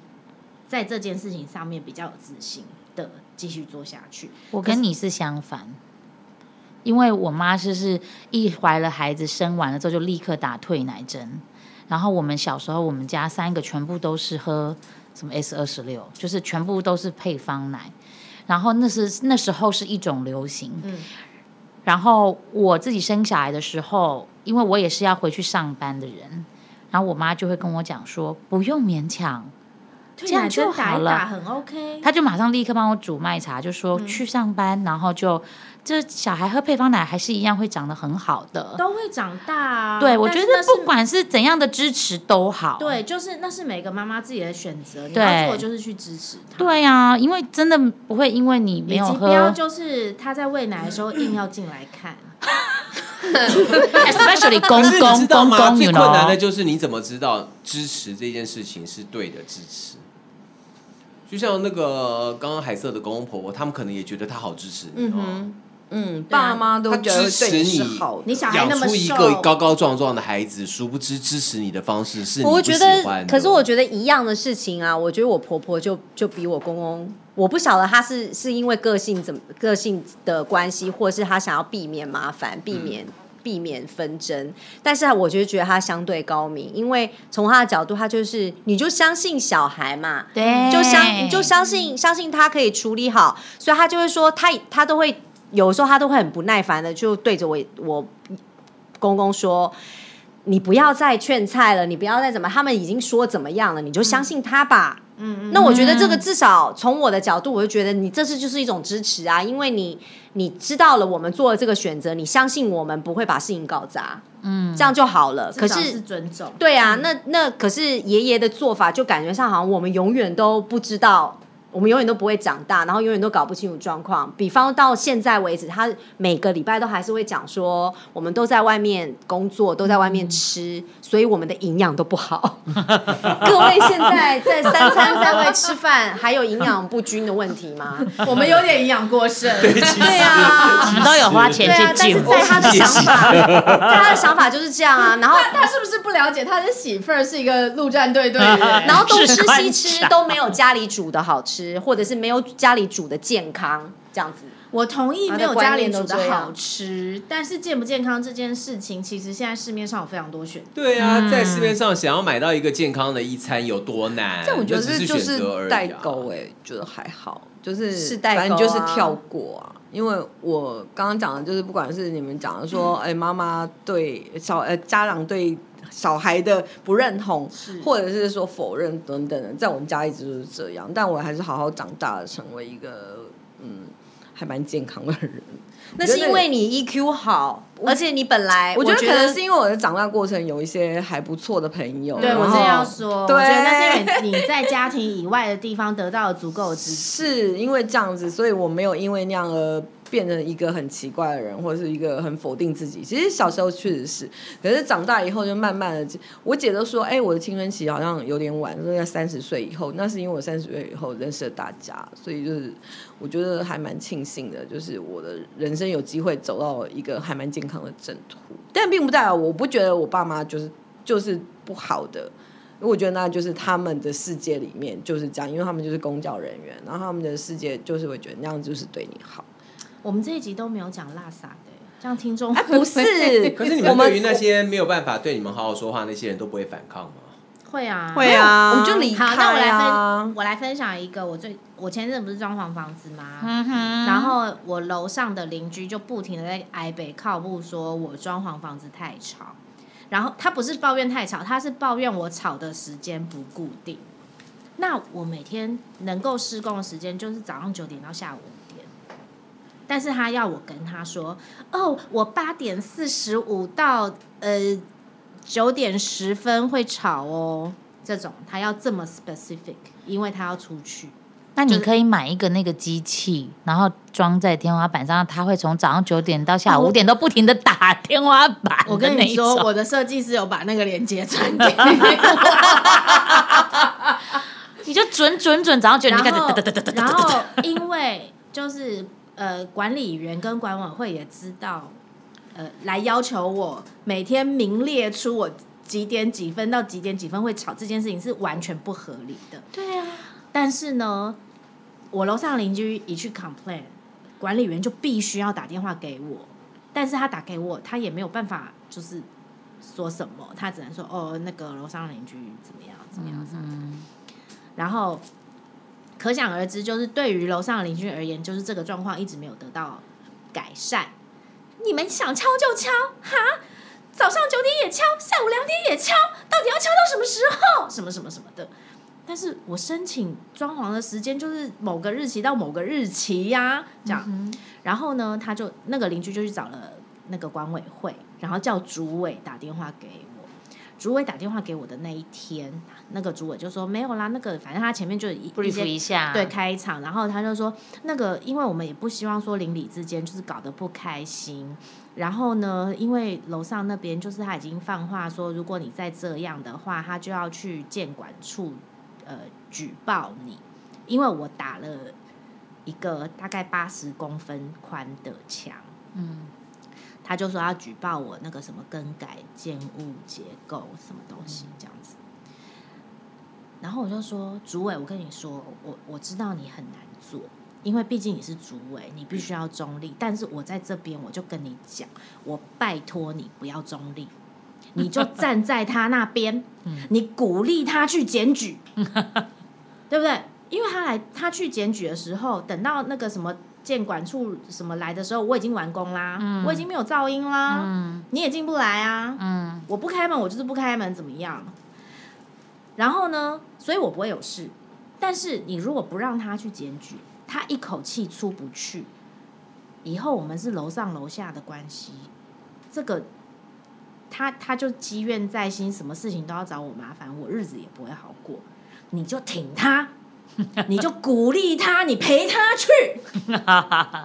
Speaker 3: 在这件事情上面比较有自信的继续做下去。
Speaker 5: 我
Speaker 3: 可
Speaker 5: 跟
Speaker 3: 是
Speaker 5: 你是相反，因为我妈是是一怀了孩子，生完了之后就立刻打退奶针。然后我们小时候，我们家三个全部都是喝什么 S 二十六，就是全部都是配方奶。然后那是那时候是一种流行，
Speaker 3: 嗯
Speaker 5: 然后我自己生小孩的时候，因为我也是要回去上班的人，然后我妈就会跟我讲说，不用勉强，
Speaker 3: 这样就打一
Speaker 5: 这样就
Speaker 3: 打
Speaker 5: 好
Speaker 3: 很 OK。
Speaker 5: 他就马上立刻帮我煮麦茶，就说去上班，然后就这小孩喝配方奶还是一样会长得很好的。
Speaker 3: 都会长大啊。
Speaker 5: 对，我
Speaker 3: 但
Speaker 5: 觉
Speaker 3: 是
Speaker 5: 得
Speaker 3: 那是
Speaker 5: 不管是怎样的支持都好。
Speaker 3: 对，啊就是那是每个妈妈自己的选择，你
Speaker 5: 对
Speaker 3: 要做的就是去支持她。，
Speaker 5: 对啊，因为真的不会因为你没
Speaker 3: 以
Speaker 5: 有
Speaker 3: 及不要
Speaker 5: 喝
Speaker 3: 就是 她在喂奶的时候硬要进来看。
Speaker 5: ，especially 公
Speaker 1: 可是你
Speaker 5: 公
Speaker 1: 知道
Speaker 5: 公
Speaker 1: 吗？
Speaker 5: 公，
Speaker 1: 最
Speaker 5: you
Speaker 1: 困难
Speaker 5: know
Speaker 1: 的就是你怎么知道支持这件事情是对的支持？就像那个刚刚海瑟的公公婆婆，他们可能也觉得他好支持
Speaker 4: 嗯
Speaker 1: 你哦，
Speaker 4: 哼，嗯，
Speaker 3: 对啊
Speaker 4: 爸妈都觉
Speaker 1: 他
Speaker 4: 得
Speaker 1: 支持
Speaker 4: 对是
Speaker 1: 你
Speaker 4: 好的，
Speaker 3: 你小孩
Speaker 1: 养
Speaker 3: 那么
Speaker 1: 出一个
Speaker 3: 瘦，
Speaker 1: 高高壮壮的孩子，殊不知支持你的方式是你
Speaker 2: 我
Speaker 1: 不
Speaker 2: 觉
Speaker 1: 喜
Speaker 2: 得
Speaker 1: 欢，的
Speaker 2: 可是我觉得一样的事情啊，我觉得我婆婆就就比我公公，我不晓得她是是因为个性怎么个性的关系，或是她想要避免麻烦，避免。
Speaker 1: 嗯
Speaker 2: 避免纷争，但是我就觉得她相对高明，因为从她的角度，她就是你就相信小孩嘛，
Speaker 5: 对，
Speaker 2: 就相
Speaker 3: 哎
Speaker 2: 你就相信相信他可以处理好，所以他就会说他他都会有时候他都会很不耐烦的就对着我我公公说。你不要再劝菜了，你不要再怎么，他们已经说怎么样了，你就相信他吧。
Speaker 3: 嗯嗯，
Speaker 2: 那我觉得这个至少从我的角度，我就觉得你这是就是一种支持啊，因为你你知道了我们做了这个选择，你相信我们不会把事情搞砸，嗯，这样就好了。可
Speaker 3: 至少
Speaker 2: 是
Speaker 3: 是尊重。
Speaker 2: 对啊，那那可是爷爷的做法，就感觉上好像我们永远都不知道我们永远都不会长大，然后永远都搞不清楚状况。比方到现在为止，他每个礼拜都还是会讲说，我们都在外面工作，都在外面吃，所以我们的营养都不好。 各位现在在三餐在外吃饭，还有营养不均的问题吗？
Speaker 3: 我们有点营养过剩，
Speaker 2: 对啊，
Speaker 5: 我们都有花钱
Speaker 2: 对啊
Speaker 5: 去，
Speaker 2: 但
Speaker 5: 进
Speaker 2: 是
Speaker 5: 步
Speaker 2: 在。他的想法，在他的想法就是这样啊。然后
Speaker 3: 他他是不是不了解他的媳妇儿是一个陆战队队员？
Speaker 2: 然
Speaker 3: 然后
Speaker 2: 后东吃西
Speaker 5: 哎是
Speaker 2: 吃
Speaker 5: 观察
Speaker 2: 都没有家里煮的好吃，或者是没有家里煮的健康，这样子。
Speaker 3: 我同意
Speaker 2: 他的
Speaker 3: 没有家里
Speaker 2: 观念都
Speaker 3: 煮
Speaker 2: 这
Speaker 3: 的
Speaker 2: 样
Speaker 3: 好吃，但是健不健康这件事情，其实现在市面上有非常多选择。
Speaker 1: 对啊，在市面上想要买到一个健康的一餐有多难？
Speaker 4: 但我觉得
Speaker 1: 这
Speaker 4: 这
Speaker 1: 只
Speaker 4: 就是
Speaker 1: 选择而
Speaker 4: 是
Speaker 1: 已啊
Speaker 4: 代沟哎、觉得还好，就是
Speaker 2: 是代沟
Speaker 4: 反
Speaker 2: 啊
Speaker 4: 正就是跳过啊。因为我刚刚讲的就是，不管是你们讲的说，哎、妈妈对小呃家长对小孩的不认同，或者是说否认等等的，在我们家一直都是这样。但我还是好好长大，成为一个嗯还蛮健康的人。
Speaker 2: 那是因为你 EQ 好，而且你本来
Speaker 4: 我觉得
Speaker 2: 觉
Speaker 4: 可能是因为我的长大过程有一些还不错的朋友，
Speaker 3: 对，
Speaker 4: 然
Speaker 3: 我
Speaker 4: 后
Speaker 3: 正要说，我
Speaker 4: 哦对
Speaker 3: 觉得那是因为你在家庭以外的地方得到了足够的支持。
Speaker 4: 是因为这样子，所以我没有因为那样而变成一个很奇怪的人，或者是一个很否定自己。其实小时候确实是，可是长大以后就慢慢的，我姐都说，哎、我的青春期好像有点晚，说在三十岁以后，那是因为我三十岁以后认识了大家，所以就是我觉得还蛮庆幸的，就是我的人生有机会走到一个还蛮健康的正途，但并不代表我不觉得我爸妈就是就是不好的，因为我觉得那就是他们的世界里面就是这样，因为他们就是公教人员，然后他们的世界就是会觉得那样就是对你好，
Speaker 3: 我们这一集都没有讲辣撒的，这样听众
Speaker 4: 哎、不是，
Speaker 1: 可是你
Speaker 4: 我
Speaker 1: 们
Speaker 4: 们
Speaker 1: 对于那些没有办法对你们好好说话那些人都不会反抗吗？
Speaker 3: 会啊，
Speaker 2: 会啊，
Speaker 4: 我们就离
Speaker 3: 好，那我
Speaker 4: 开
Speaker 3: 来
Speaker 4: 啊
Speaker 3: 分，。我来分享一个我最我前阵子不是装潢房子吗？
Speaker 5: 嗯哼，
Speaker 3: 然后我楼上的邻居就不停的在挨北靠步，说我装潢房子太吵。然后他不是抱怨太吵，他是抱怨我吵的时间不固定。那我每天能够施工的时间就是早上九点到下午五点，但是他要我跟他说，哦，我八点四十五到呃九点十分会吵哦，这种他要这么 specific，因为他要出去。
Speaker 5: 那你可以买一个那个机器，然后装在天花板上，它会从早上九点到下午五点都不停的打天花板。
Speaker 3: 我跟你说，
Speaker 5: 那一种
Speaker 3: 我的设计师有把那个链接传给 我，
Speaker 5: 你就准准准早上九点
Speaker 3: 然
Speaker 5: 就开始
Speaker 3: 后
Speaker 5: 哒哒哒哒哒
Speaker 3: 然
Speaker 5: 哒哒
Speaker 3: 后因为就是呃，管理员跟管委会也知道，呃，来要求我每天名列出我几点几分到几点几分会吵这件事情是完全不合理的。
Speaker 6: 对啊，
Speaker 3: 但是呢，我楼上邻居一去 complain，管理员就必须要打电话给我，但是他打给我，他也没有办法就是说什么，他只能说哦，那个楼上邻居怎么样怎么样怎么
Speaker 5: 嗯
Speaker 3: 样。然后可想而知，就是对于楼上邻居而言，就是这个状况一直没有得到改善。你们想敲就敲哈，早上九点也敲，下午两点也敲，到底要敲到什么时候？什么什么什么的。但是我申请装潢的时间就是某个日期到某个日期呀、这样。然后呢，他就那个邻居就去找了那个管委会，然后叫主委打电话给我。主委打电话给我的那一天，那个主委就说没有啦，那个反正他前面就有一一
Speaker 5: brief
Speaker 3: 些
Speaker 5: 一下，
Speaker 3: 对，开场，然后他就说那个，因为我们也不希望说邻里之间就是搞得不开心。然后呢，因为楼上那边就是他已经放话说，如果你再这样的话，他就要去监管处呃举报你，因为我打了一个大概八十公分宽的墙。
Speaker 5: 嗯，
Speaker 3: 他就说要举报我那个什么更改建物结构什么东西这样子。然后我就说，主委，我跟你说，我我知道你很难做，因为毕竟你是主委，你必须要中立。但是我在这边，我就跟你讲，我拜托你不要中立，你就站在他那边，你鼓励他去检举，对不对？因为他来，他去检举的时候，等到那个什么监管处什么来的时候，我已经完工啦，我已经没有噪音啦，你也进不来啊，
Speaker 5: 嗯，
Speaker 3: 我不开门，我就是不开门，怎么样？然后呢，所以我不会有事。但是你如果不让他去检举，他一口气出不去，以后我们是楼上楼下的关系，这个他他就积怨在心，什么事情都要找我麻烦，我日子也不会好过。你就挺他，你就鼓励他，你陪他去。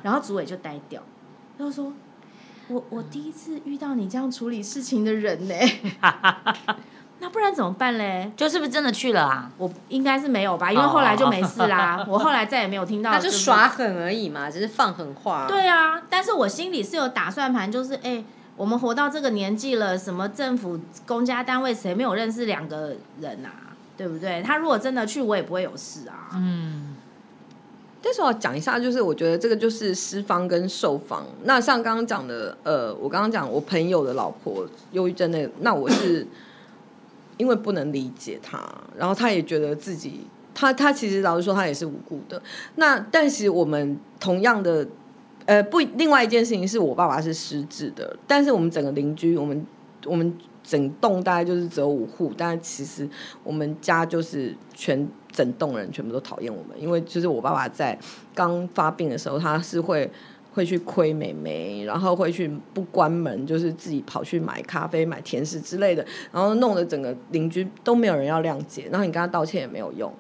Speaker 3: 然后主委就呆掉，他就说：“我我第一次遇到你这样处理事情的人呢、那不然怎么办嘞？
Speaker 5: 就是不是真的去了啊？
Speaker 3: 我应该是没有吧，因为后来就没事
Speaker 4: 哦
Speaker 3: 啦。 我后来再也没有听到，
Speaker 2: 他就耍。狠而已嘛，只是放狠话。
Speaker 3: 对啊，但是我心里是有打算盘，就是哎、我们活到这个年纪了，什么政府公家单位谁没有认识两个人啊？对不对？他如果真的去，我也不会有事啊。
Speaker 5: 嗯，
Speaker 4: 但是我要讲一下，就是我觉得这个就是施方跟受方。那像刚刚讲的，呃，我刚刚讲我朋友的老婆忧郁症那个，那我是 因为不能理解她，然后她也觉得自己，她她其实老实说，她也是无辜的。那但是我们同样的，呃，不，另外一件事情是我爸爸是失智的，但是我们整个邻居，我们我们整栋大概就是只有五户，但其实我们家就是全整栋人全部都讨厌我们，因为就是我爸爸在刚发病的时候，他是会会去亏美眉，然后会去不关门，就是自己跑去买咖啡、买甜食之类的，然后弄得整个邻居都没有人要谅解，然后你跟他道歉也没有用。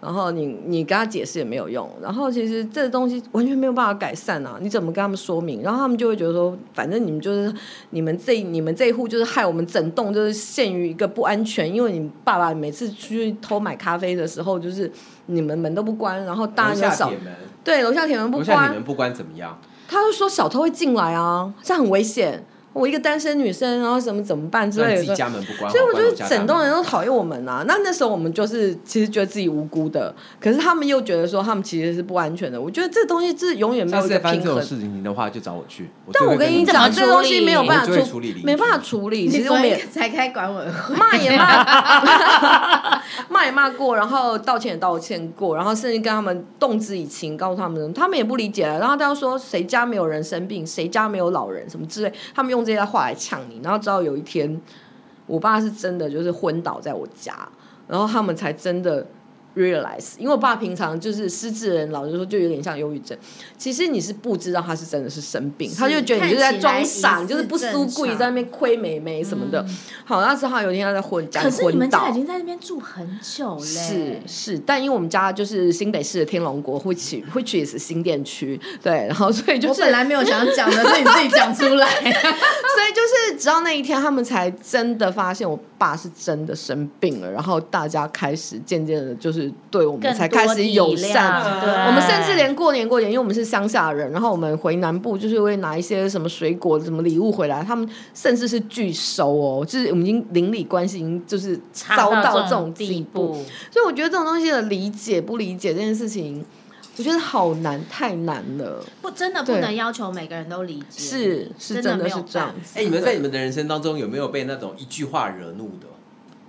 Speaker 4: 然后你你跟他解释也没有用，然后其实这东西完全没有办法改善啊！你怎么跟他们说明？然后他们就会觉得说，反正你们就是你们这你们这一户就是害我们整栋就是陷于一个不安全，因为你爸爸每次出去偷买咖啡的时候，就是你们门都不关，然后大
Speaker 1: 楼
Speaker 4: 人又
Speaker 1: 下
Speaker 4: 少
Speaker 1: 铁门，
Speaker 4: 对楼下铁门不
Speaker 1: 楼下
Speaker 4: 关
Speaker 1: 铁，门不关怎么样？
Speaker 4: 他就说小偷会进来啊，这样很危险。我一个单身女生，然后什么怎么办之
Speaker 1: 那
Speaker 4: 类
Speaker 1: 你
Speaker 4: 的。
Speaker 1: 自己家门不关，
Speaker 4: 所以我觉
Speaker 1: 好关
Speaker 4: 得
Speaker 1: 楼下大
Speaker 4: 整栋
Speaker 1: 门
Speaker 4: 人都讨厌我们啊。那那时候我们就是其实觉得自己无辜的，可是他们又觉得说他们其实是不安全的。我觉得这东西是永远没
Speaker 1: 下
Speaker 4: 有
Speaker 1: 次
Speaker 4: 一
Speaker 1: 再
Speaker 4: 个
Speaker 1: 发生
Speaker 4: 平
Speaker 1: 这种
Speaker 4: 衡。
Speaker 1: 事情的话，就找我去。
Speaker 4: 但
Speaker 1: 就
Speaker 4: 我
Speaker 1: 会
Speaker 4: 跟你
Speaker 5: 你怎么
Speaker 4: 讲，这个东西没有办
Speaker 1: 我
Speaker 4: 法
Speaker 1: 就会
Speaker 4: 处
Speaker 1: 处理邻居
Speaker 4: 没办法处理。其
Speaker 3: 你
Speaker 4: 实我
Speaker 3: 所
Speaker 4: 们也
Speaker 3: 以才开管委会，
Speaker 4: 骂也骂，骂也 骂过，然后道歉也道歉过，然后甚至跟他们动之以情，告诉他们，他们也不理解了。然后他又说谁家没有人生病，谁家没有老人什么之类，他们用这些话来呛你。然后直到有一天，我爸是真的就是昏倒在我家，然后他们才真的 realize，因为我爸平常就是失智的人，老实说就有点像忧郁症。其实你是不知道他是真的是生病，他就觉得你就是在装傻，
Speaker 3: 看
Speaker 4: 你
Speaker 3: 起
Speaker 4: 就
Speaker 3: 来疑似
Speaker 4: 是不输故意在那边亏美眉什么的。好，那时候他有一天他在昏，家
Speaker 3: 可
Speaker 4: 里
Speaker 3: 是你们
Speaker 4: 昏
Speaker 3: 家
Speaker 4: 倒
Speaker 3: 已。经在那边住很久嘞，
Speaker 4: 是是，但因为我们家就是新北市的天龙国，会取会取也是新店区，对，然后所以就
Speaker 3: 我
Speaker 4: 是
Speaker 3: 本来没有想讲的，是你自己讲出 来。
Speaker 4: 所以就是直到那一天，他们才真的发现我爸是真的生病了，然后大家开始渐渐的，就是对我
Speaker 5: 更
Speaker 4: 们
Speaker 5: 多
Speaker 4: 才开始友
Speaker 5: 体
Speaker 4: 善。
Speaker 5: 谅
Speaker 1: 对
Speaker 4: 我们甚至连过年过年，因为我们是乡下人，然后我们回南部就是会拿一些什么水果、什么礼物回来，他们甚至是拒收哦，就是我们已经邻里关系已经就是
Speaker 5: 差
Speaker 4: 遭到这
Speaker 5: 这种
Speaker 4: 种
Speaker 5: 地
Speaker 4: 地步，，所以我觉得这种东西的理解不理解这件事情，我觉得好难，太难了。
Speaker 3: 不，真的不
Speaker 4: 对
Speaker 3: 能要求每个人都理解。
Speaker 4: 是是
Speaker 3: 真
Speaker 4: 真
Speaker 3: 的没
Speaker 4: 的
Speaker 3: 有
Speaker 4: 是这样
Speaker 3: 办
Speaker 4: 子。
Speaker 1: 哎、你们在你们的人生当中有没有被那种一句话惹怒的？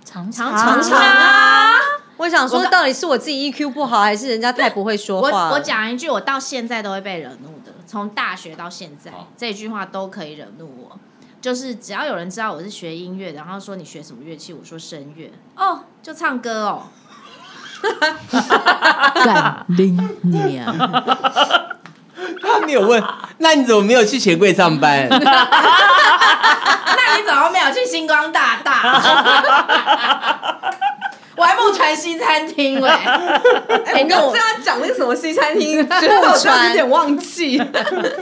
Speaker 5: 常
Speaker 3: 常
Speaker 4: 常
Speaker 5: 啊，
Speaker 2: 我想
Speaker 3: 我
Speaker 2: 说，
Speaker 3: 刚
Speaker 2: 到底是我自己 EQ 不好，还是人家太不会说
Speaker 3: 我
Speaker 2: 话了？
Speaker 3: 我讲一句，我到现在都会被惹怒的，从大学到现在
Speaker 1: 好，
Speaker 3: 这句话都可以惹怒我。就是只要有人知道我是学音乐的，然后说你学什么乐器，我说声乐，哦，就唱歌哦。
Speaker 7: 干拎你啊！
Speaker 1: 他没有问，那你怎么没有去钱柜上 班？
Speaker 3: 那你怎么没有去星光大 道？我还梦传西餐厅 喂、
Speaker 4: 哎、你跟我这样讲那个什么西餐厅， 觉得 我有点忘记。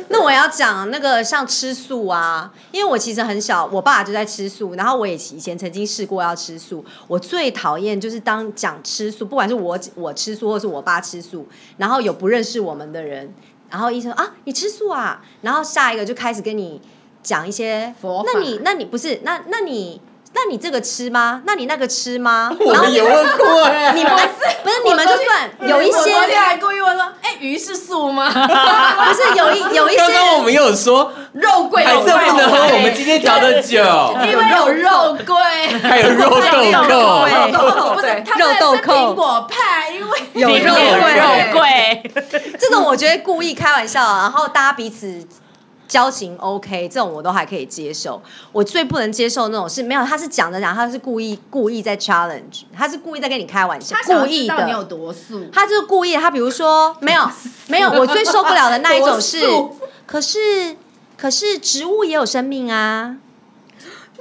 Speaker 2: 那我要讲那个像吃素啊，因为我其实很小，我爸就在吃素，然后我也以前曾经试过要吃素。我最讨厌就是当讲吃素，不管是我我吃素，或是我爸吃素，然后有不认识我们的人，然后医生啊，你吃素啊，然后下一个就开始跟你讲一些哦
Speaker 3: 佛法
Speaker 2: 那你那你不是那那你那你这个吃吗？那你那个吃吗？
Speaker 1: 我
Speaker 2: 然后
Speaker 1: 们
Speaker 2: 你
Speaker 1: 有
Speaker 2: 们
Speaker 1: 问过哎、
Speaker 2: 你们不是你们就算有一
Speaker 3: 啊我
Speaker 2: 些
Speaker 3: 昨天还故意问说：“哎、鱼是素 吗？
Speaker 2: 不是有一有一些
Speaker 1: 刚刚我们有说，
Speaker 3: 肉桂
Speaker 1: 还
Speaker 3: 有
Speaker 1: 是不能喝我们今天调的酒，
Speaker 3: 因为有肉桂，
Speaker 1: 还有肉豆 蔻。
Speaker 3: 不
Speaker 2: 对
Speaker 3: 是他
Speaker 2: 肉
Speaker 3: 们
Speaker 2: 豆
Speaker 3: 是苹
Speaker 2: 蔻
Speaker 3: 果派，因为
Speaker 2: 有
Speaker 5: 里
Speaker 2: 肉
Speaker 5: 面有
Speaker 2: 桂。
Speaker 5: 肉桂，
Speaker 2: 这种我觉得故意开玩笑，啊然后大家彼此交情 OK，这种我都还可以接受。我最不能接受那种是没有，他是讲着讲，他是故意故意在 challenge，他是故意在跟你开玩笑，故意
Speaker 3: 到你有
Speaker 2: 的。
Speaker 3: 多 素。
Speaker 2: 他就是故意，他比如说 没有没有，我最受不了的那一种是
Speaker 3: 多素，
Speaker 2: 可是可是植物也有生命啊。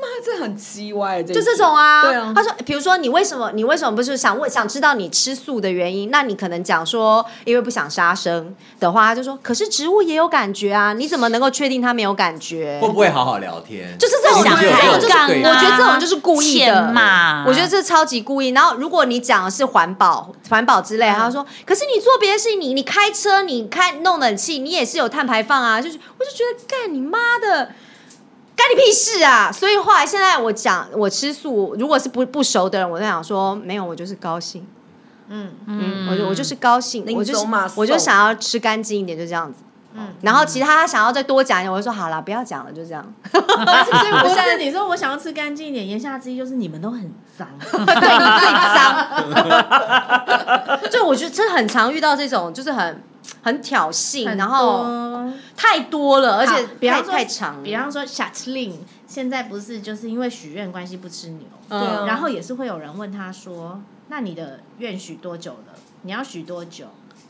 Speaker 4: 这很叽歪，就
Speaker 2: 就这种啊。
Speaker 4: 对啊
Speaker 2: 他说，比如说你为什么你为什么不是想问想知道你吃素的原因？那你可能讲说因为不想杀生的话，他就说，可是植物也有感觉啊，你怎么能够确定它没有感觉？
Speaker 1: 会不会好好聊天？
Speaker 2: 就是这种，
Speaker 5: 想
Speaker 2: 我觉得这种就是
Speaker 5: 抬杠啊
Speaker 2: 我觉得这种就是故意的
Speaker 5: 欠骂
Speaker 2: 我觉得这超级故意。然后如果你讲的是环保、环保之类，他说，可是你做别的事情，你你开车，你开弄冷气，你也是有碳排放啊，就是我就觉得干你妈的。干你屁事啊！所以后来现在我讲我吃素，如果是不不熟的人，我就想说没有，我就是高兴，嗯嗯，我就我就是高兴，
Speaker 4: 临
Speaker 2: 我就是
Speaker 4: 走马
Speaker 2: 我就
Speaker 4: 送
Speaker 2: 想要吃干净一点，就这样子。嗯，然后其他他想要再多讲一点，我就说好啦，不要讲了，就这样。
Speaker 3: 所以 我现在你说我想要吃干净一点，言下之意就是你们都很 脏。
Speaker 2: 对你最脏。就我觉得真的很常遇到这种，就是很很挑衅，然后
Speaker 3: 很多
Speaker 2: 太多了，而且
Speaker 3: 好比
Speaker 2: 太
Speaker 3: 方说
Speaker 2: 太长了。
Speaker 3: 比方说 s h a t l i n 现在不是就是因为许愿关系不吃牛，
Speaker 2: 嗯
Speaker 4: 对啊
Speaker 3: 然后也是会有人问他说：“那你的愿许多久了？你要许多久？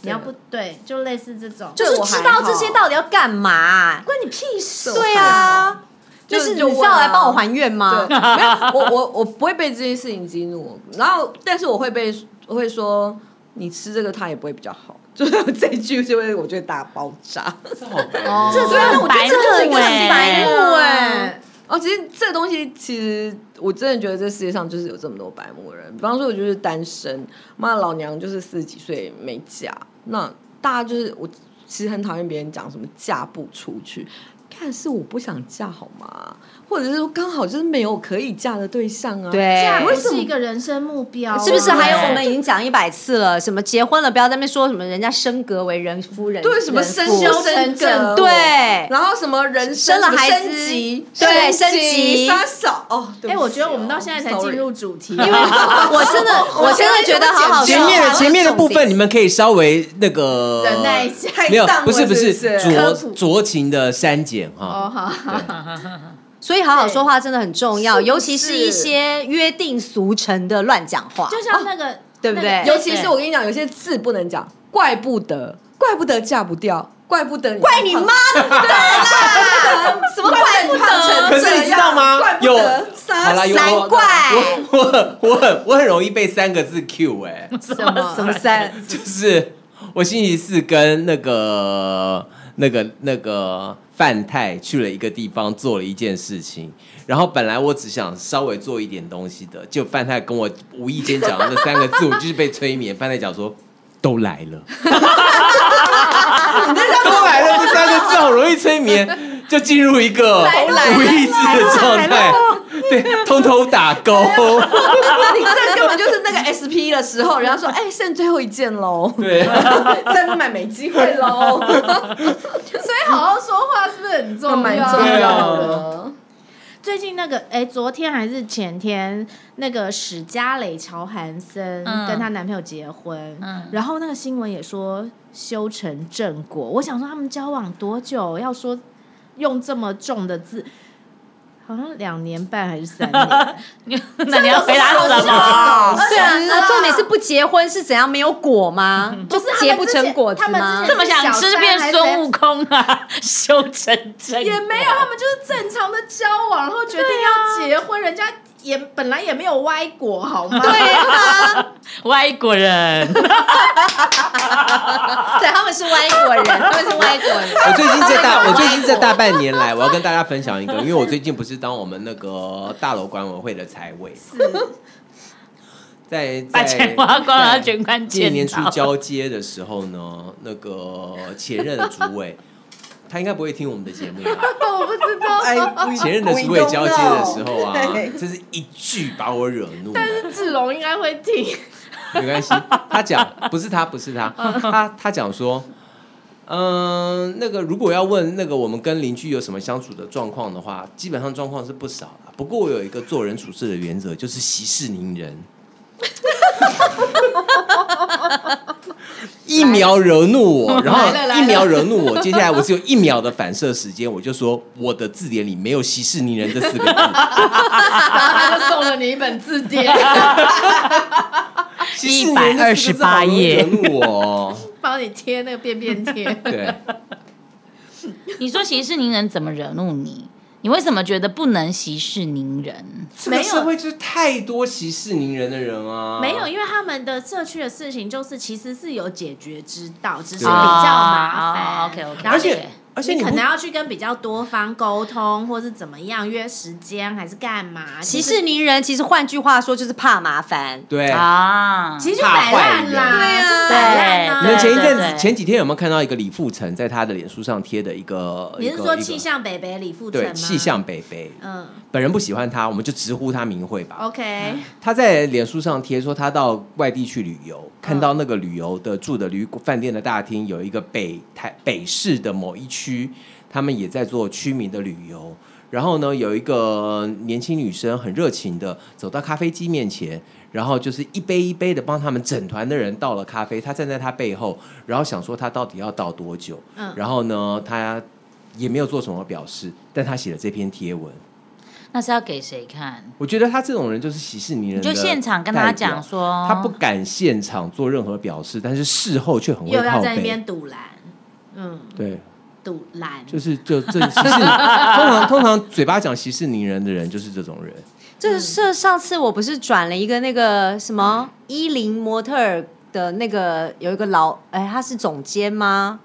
Speaker 3: 你要不对，就类似这种，
Speaker 2: 就
Speaker 4: 对
Speaker 2: 是
Speaker 4: 我
Speaker 2: 知
Speaker 4: 还
Speaker 2: 道
Speaker 4: 好
Speaker 2: 这些到底要干嘛？
Speaker 3: 关你屁事。
Speaker 2: 对啊，
Speaker 4: 就
Speaker 2: 就是你
Speaker 4: 就是问
Speaker 2: 要
Speaker 4: 啊
Speaker 2: 来帮我还愿吗
Speaker 4: 对，？没有，我我我不会被这件事情激怒，然后但是我会被我会说你吃这个它也不会比较好， 就是这一句就会我觉得大爆炸。
Speaker 1: 这好白哦
Speaker 5: 这
Speaker 4: 对啊，我觉得这就是一个
Speaker 5: 很
Speaker 4: 很
Speaker 5: 白
Speaker 4: 白
Speaker 5: 目
Speaker 4: 目
Speaker 2: 哎
Speaker 4: 哎。哦，其实这个东西，其实我真的觉得这世界上就是有这么多白目的人。比方说，我就是单身，妈老娘就是四十几岁没嫁，那大家就是我其实很讨厌别人讲什么嫁不出去，看是我不想嫁好吗？或者是说刚好就是没有可以嫁的对象啊？
Speaker 2: 对
Speaker 3: 嫁不
Speaker 4: 为什
Speaker 3: 是
Speaker 4: 么
Speaker 3: 一个人生目标啊，
Speaker 2: 是不是？还有
Speaker 5: 对
Speaker 2: 我们已经讲一百次了，什么结婚了不要在那边说什么人家升格为人夫人，
Speaker 4: 对什么
Speaker 2: 人
Speaker 4: 生
Speaker 2: 父
Speaker 4: 修
Speaker 3: 成
Speaker 4: 生
Speaker 3: 正
Speaker 4: 格，
Speaker 2: 对
Speaker 4: 然后什么人
Speaker 2: 生了
Speaker 4: 什么
Speaker 2: 孩
Speaker 4: 升
Speaker 2: 子
Speaker 4: 级，
Speaker 2: 对升级
Speaker 4: 杀手哦。对
Speaker 3: 哎，
Speaker 4: 不
Speaker 3: 我
Speaker 4: 起
Speaker 3: 觉得我们
Speaker 4: 哦
Speaker 3: 到现在才
Speaker 4: sorry
Speaker 3: 进入主题，
Speaker 2: 因为我真的，我真的觉得哦好好笑。
Speaker 1: 前面
Speaker 2: 还
Speaker 1: 的
Speaker 2: 会
Speaker 1: 前面的部
Speaker 2: 重点
Speaker 1: 分你们可以稍微那个
Speaker 3: 忍耐一下。
Speaker 1: 没有
Speaker 4: 太荡，了
Speaker 1: 不是不是
Speaker 4: 是不是
Speaker 3: 科
Speaker 1: 酌
Speaker 3: 普
Speaker 1: 酌情的删减
Speaker 3: 哦，
Speaker 1: 哈。
Speaker 3: 好，
Speaker 2: 所以好好说话真的很重要，
Speaker 4: 是不是
Speaker 2: 尤其是一些约定俗成的乱讲话。
Speaker 3: 就像那个
Speaker 2: 哦对不对
Speaker 3: 那个
Speaker 4: 尤其是我跟你讲，有些字不能讲，怪不得，怪不得嫁不掉，怪不得你，
Speaker 2: 怪你妈的啦！什么怪不得？
Speaker 1: 可是你知道吗
Speaker 4: 怪？不
Speaker 1: 有
Speaker 4: 得杀
Speaker 1: 好啦，有
Speaker 2: 难怪
Speaker 1: 我我很我很我很容易被三个字 Q 哎、
Speaker 2: 什么 什么三？
Speaker 1: 就是我星期四跟那个那个那个范太去了一个地方，做了一件事情。然后本来我只想稍微做一点东西的，就范太跟我无意间讲的那三个字，我就是被催眠。范太讲说。都来了， 都来了，这三个字好容易催眠，就进入一个无意识的状态，对，通通打勾。
Speaker 4: 你这根本就是那个 SP 的时候，人家说，哎，剩最后一件 喽，
Speaker 1: 对，
Speaker 4: 再不买没机会喽，
Speaker 3: 所以好好说话是不是很重要？啊
Speaker 4: 蛮重要
Speaker 1: 啊
Speaker 4: 的。
Speaker 3: 最近那个，哎、昨天还是前天，那个史嘉蕾·乔韩森
Speaker 5: 嗯
Speaker 3: 跟她男朋友结婚，
Speaker 5: 嗯
Speaker 3: 然后那个新闻也说修成正果。我想说他们交往多久？要说用这么重的字，好像两年半还是三 年？
Speaker 5: 那你要回 答什么？
Speaker 4: 啊
Speaker 2: 对啊，那重点是不结婚是怎样？没有果 吗？
Speaker 3: 不
Speaker 2: 就
Speaker 3: 是他们
Speaker 2: 结不成果
Speaker 3: 之
Speaker 2: 子
Speaker 3: 前他们
Speaker 2: 吗
Speaker 3: 之？前
Speaker 5: 这么想吃变孙悟空啊？ 修成正
Speaker 3: 也没有，他们就是正常的交往，然后决定要结婚，人家也本来也没有歪果，好吗？
Speaker 2: 对啊，
Speaker 5: 外国人，
Speaker 2: 对，他们是外国人，他们是外国人。
Speaker 1: 我最近这 大，我最近这大半年来，我要跟大家分享一个，因为我最近不是当我们那个大楼管委会的财委，在
Speaker 5: 把
Speaker 1: 在
Speaker 5: 钱花光了，全款
Speaker 1: 今
Speaker 5: 见
Speaker 1: 年初
Speaker 5: 到。
Speaker 1: 交接的时候呢，那个前任的主委，他应该不会听我们的节 目吧。
Speaker 3: 我不知道。
Speaker 4: 哎，
Speaker 1: 前任的主委交接的时候啊
Speaker 4: We don't know，对，
Speaker 1: 真是一句把我惹怒了。
Speaker 3: 志龙应该会听，
Speaker 1: 没关系，他讲不是他，不是他，
Speaker 3: 嗯
Speaker 1: 他他讲说，嗯、那个如果要问那个我们跟邻居有什么相处的状况的话，基本上状况是不少啦。不过我有一个做人处事的原则，就是息事宁人，一秒惹怒我，然后
Speaker 3: 来了来了
Speaker 1: 一秒惹怒我，接下来我只有一秒的反射时间，我就说我的字典里没有息事宁人这四个字。
Speaker 3: 然后他就送了你一本字典，
Speaker 1: 息事宁人这四个字好容易
Speaker 5: 页
Speaker 1: 惹怒我 哦，
Speaker 3: 帮你贴那个便便贴。
Speaker 1: 对。
Speaker 5: 你说息事宁人怎么惹怒你？你为什么觉得不能息事宁人？
Speaker 1: 这个
Speaker 3: 没有
Speaker 1: 社会就是太多息事宁人的人啊，
Speaker 3: 没有，因为他们的社区的事情就是其实是有解决之道，只是比
Speaker 1: 对
Speaker 3: 较麻
Speaker 5: 啊
Speaker 3: 烦。
Speaker 5: ，OK OK，
Speaker 3: 然
Speaker 1: 而
Speaker 3: 后你
Speaker 1: 且而且
Speaker 3: 你
Speaker 1: 你
Speaker 3: 可
Speaker 1: 不
Speaker 3: 能要去跟比较多方沟通，或是怎么样约时间，还是干嘛？
Speaker 2: 息事宁人，其实换句话说就是怕麻烦。
Speaker 1: 对
Speaker 5: 啊，
Speaker 1: 哎
Speaker 3: 其实就摆烂啦，
Speaker 1: 怕
Speaker 2: 坏人
Speaker 3: 就是摆烂
Speaker 5: 对
Speaker 1: 你们
Speaker 3: 啊。
Speaker 1: 前一阵
Speaker 5: 对
Speaker 1: 子
Speaker 5: 对
Speaker 1: 前几天有没有看到一个李富成在他的脸书上贴的一个？
Speaker 3: 你是
Speaker 1: 一个
Speaker 3: 说
Speaker 1: 一个
Speaker 3: 气象北北李富成吗？
Speaker 1: 对气象，北北，
Speaker 3: 嗯
Speaker 1: 本人不喜欢他，我们就直呼他名讳吧。
Speaker 3: ，OK，
Speaker 1: 他在脸书上贴说他到外地去旅
Speaker 5: 嗯
Speaker 1: 游，看到那个旅游的住的旅饭店的大厅有一个北台北市的某一区，他们也在做居民的旅游。然后呢，有一个年轻女生很热情的走到咖啡机面前，然后就是一杯一杯的帮他们整团的人倒了咖啡。她站在她背后，然后想说她到底要倒多久。
Speaker 3: 嗯
Speaker 1: 然后呢，她也没有做什么表示，但她写了这篇贴文。
Speaker 5: 那是要给谁看？
Speaker 1: 我觉得他这种人就是息事宁人
Speaker 5: 你
Speaker 1: 的代
Speaker 5: 就
Speaker 1: 表，
Speaker 5: 现场跟他讲说，
Speaker 1: 他不敢现场做任何表示，但是事后却很会
Speaker 3: 又要
Speaker 1: 靠
Speaker 3: 在那
Speaker 1: 背。
Speaker 3: 边堵拦，嗯，
Speaker 1: 对，
Speaker 3: 堵拦，
Speaker 1: 就是就这息事，通常通常嘴巴讲息事宁人的人就是这种人。
Speaker 2: 这这上次我不是转了一个那个什么伊林模特儿的那个有一个老哎，她是总监吗？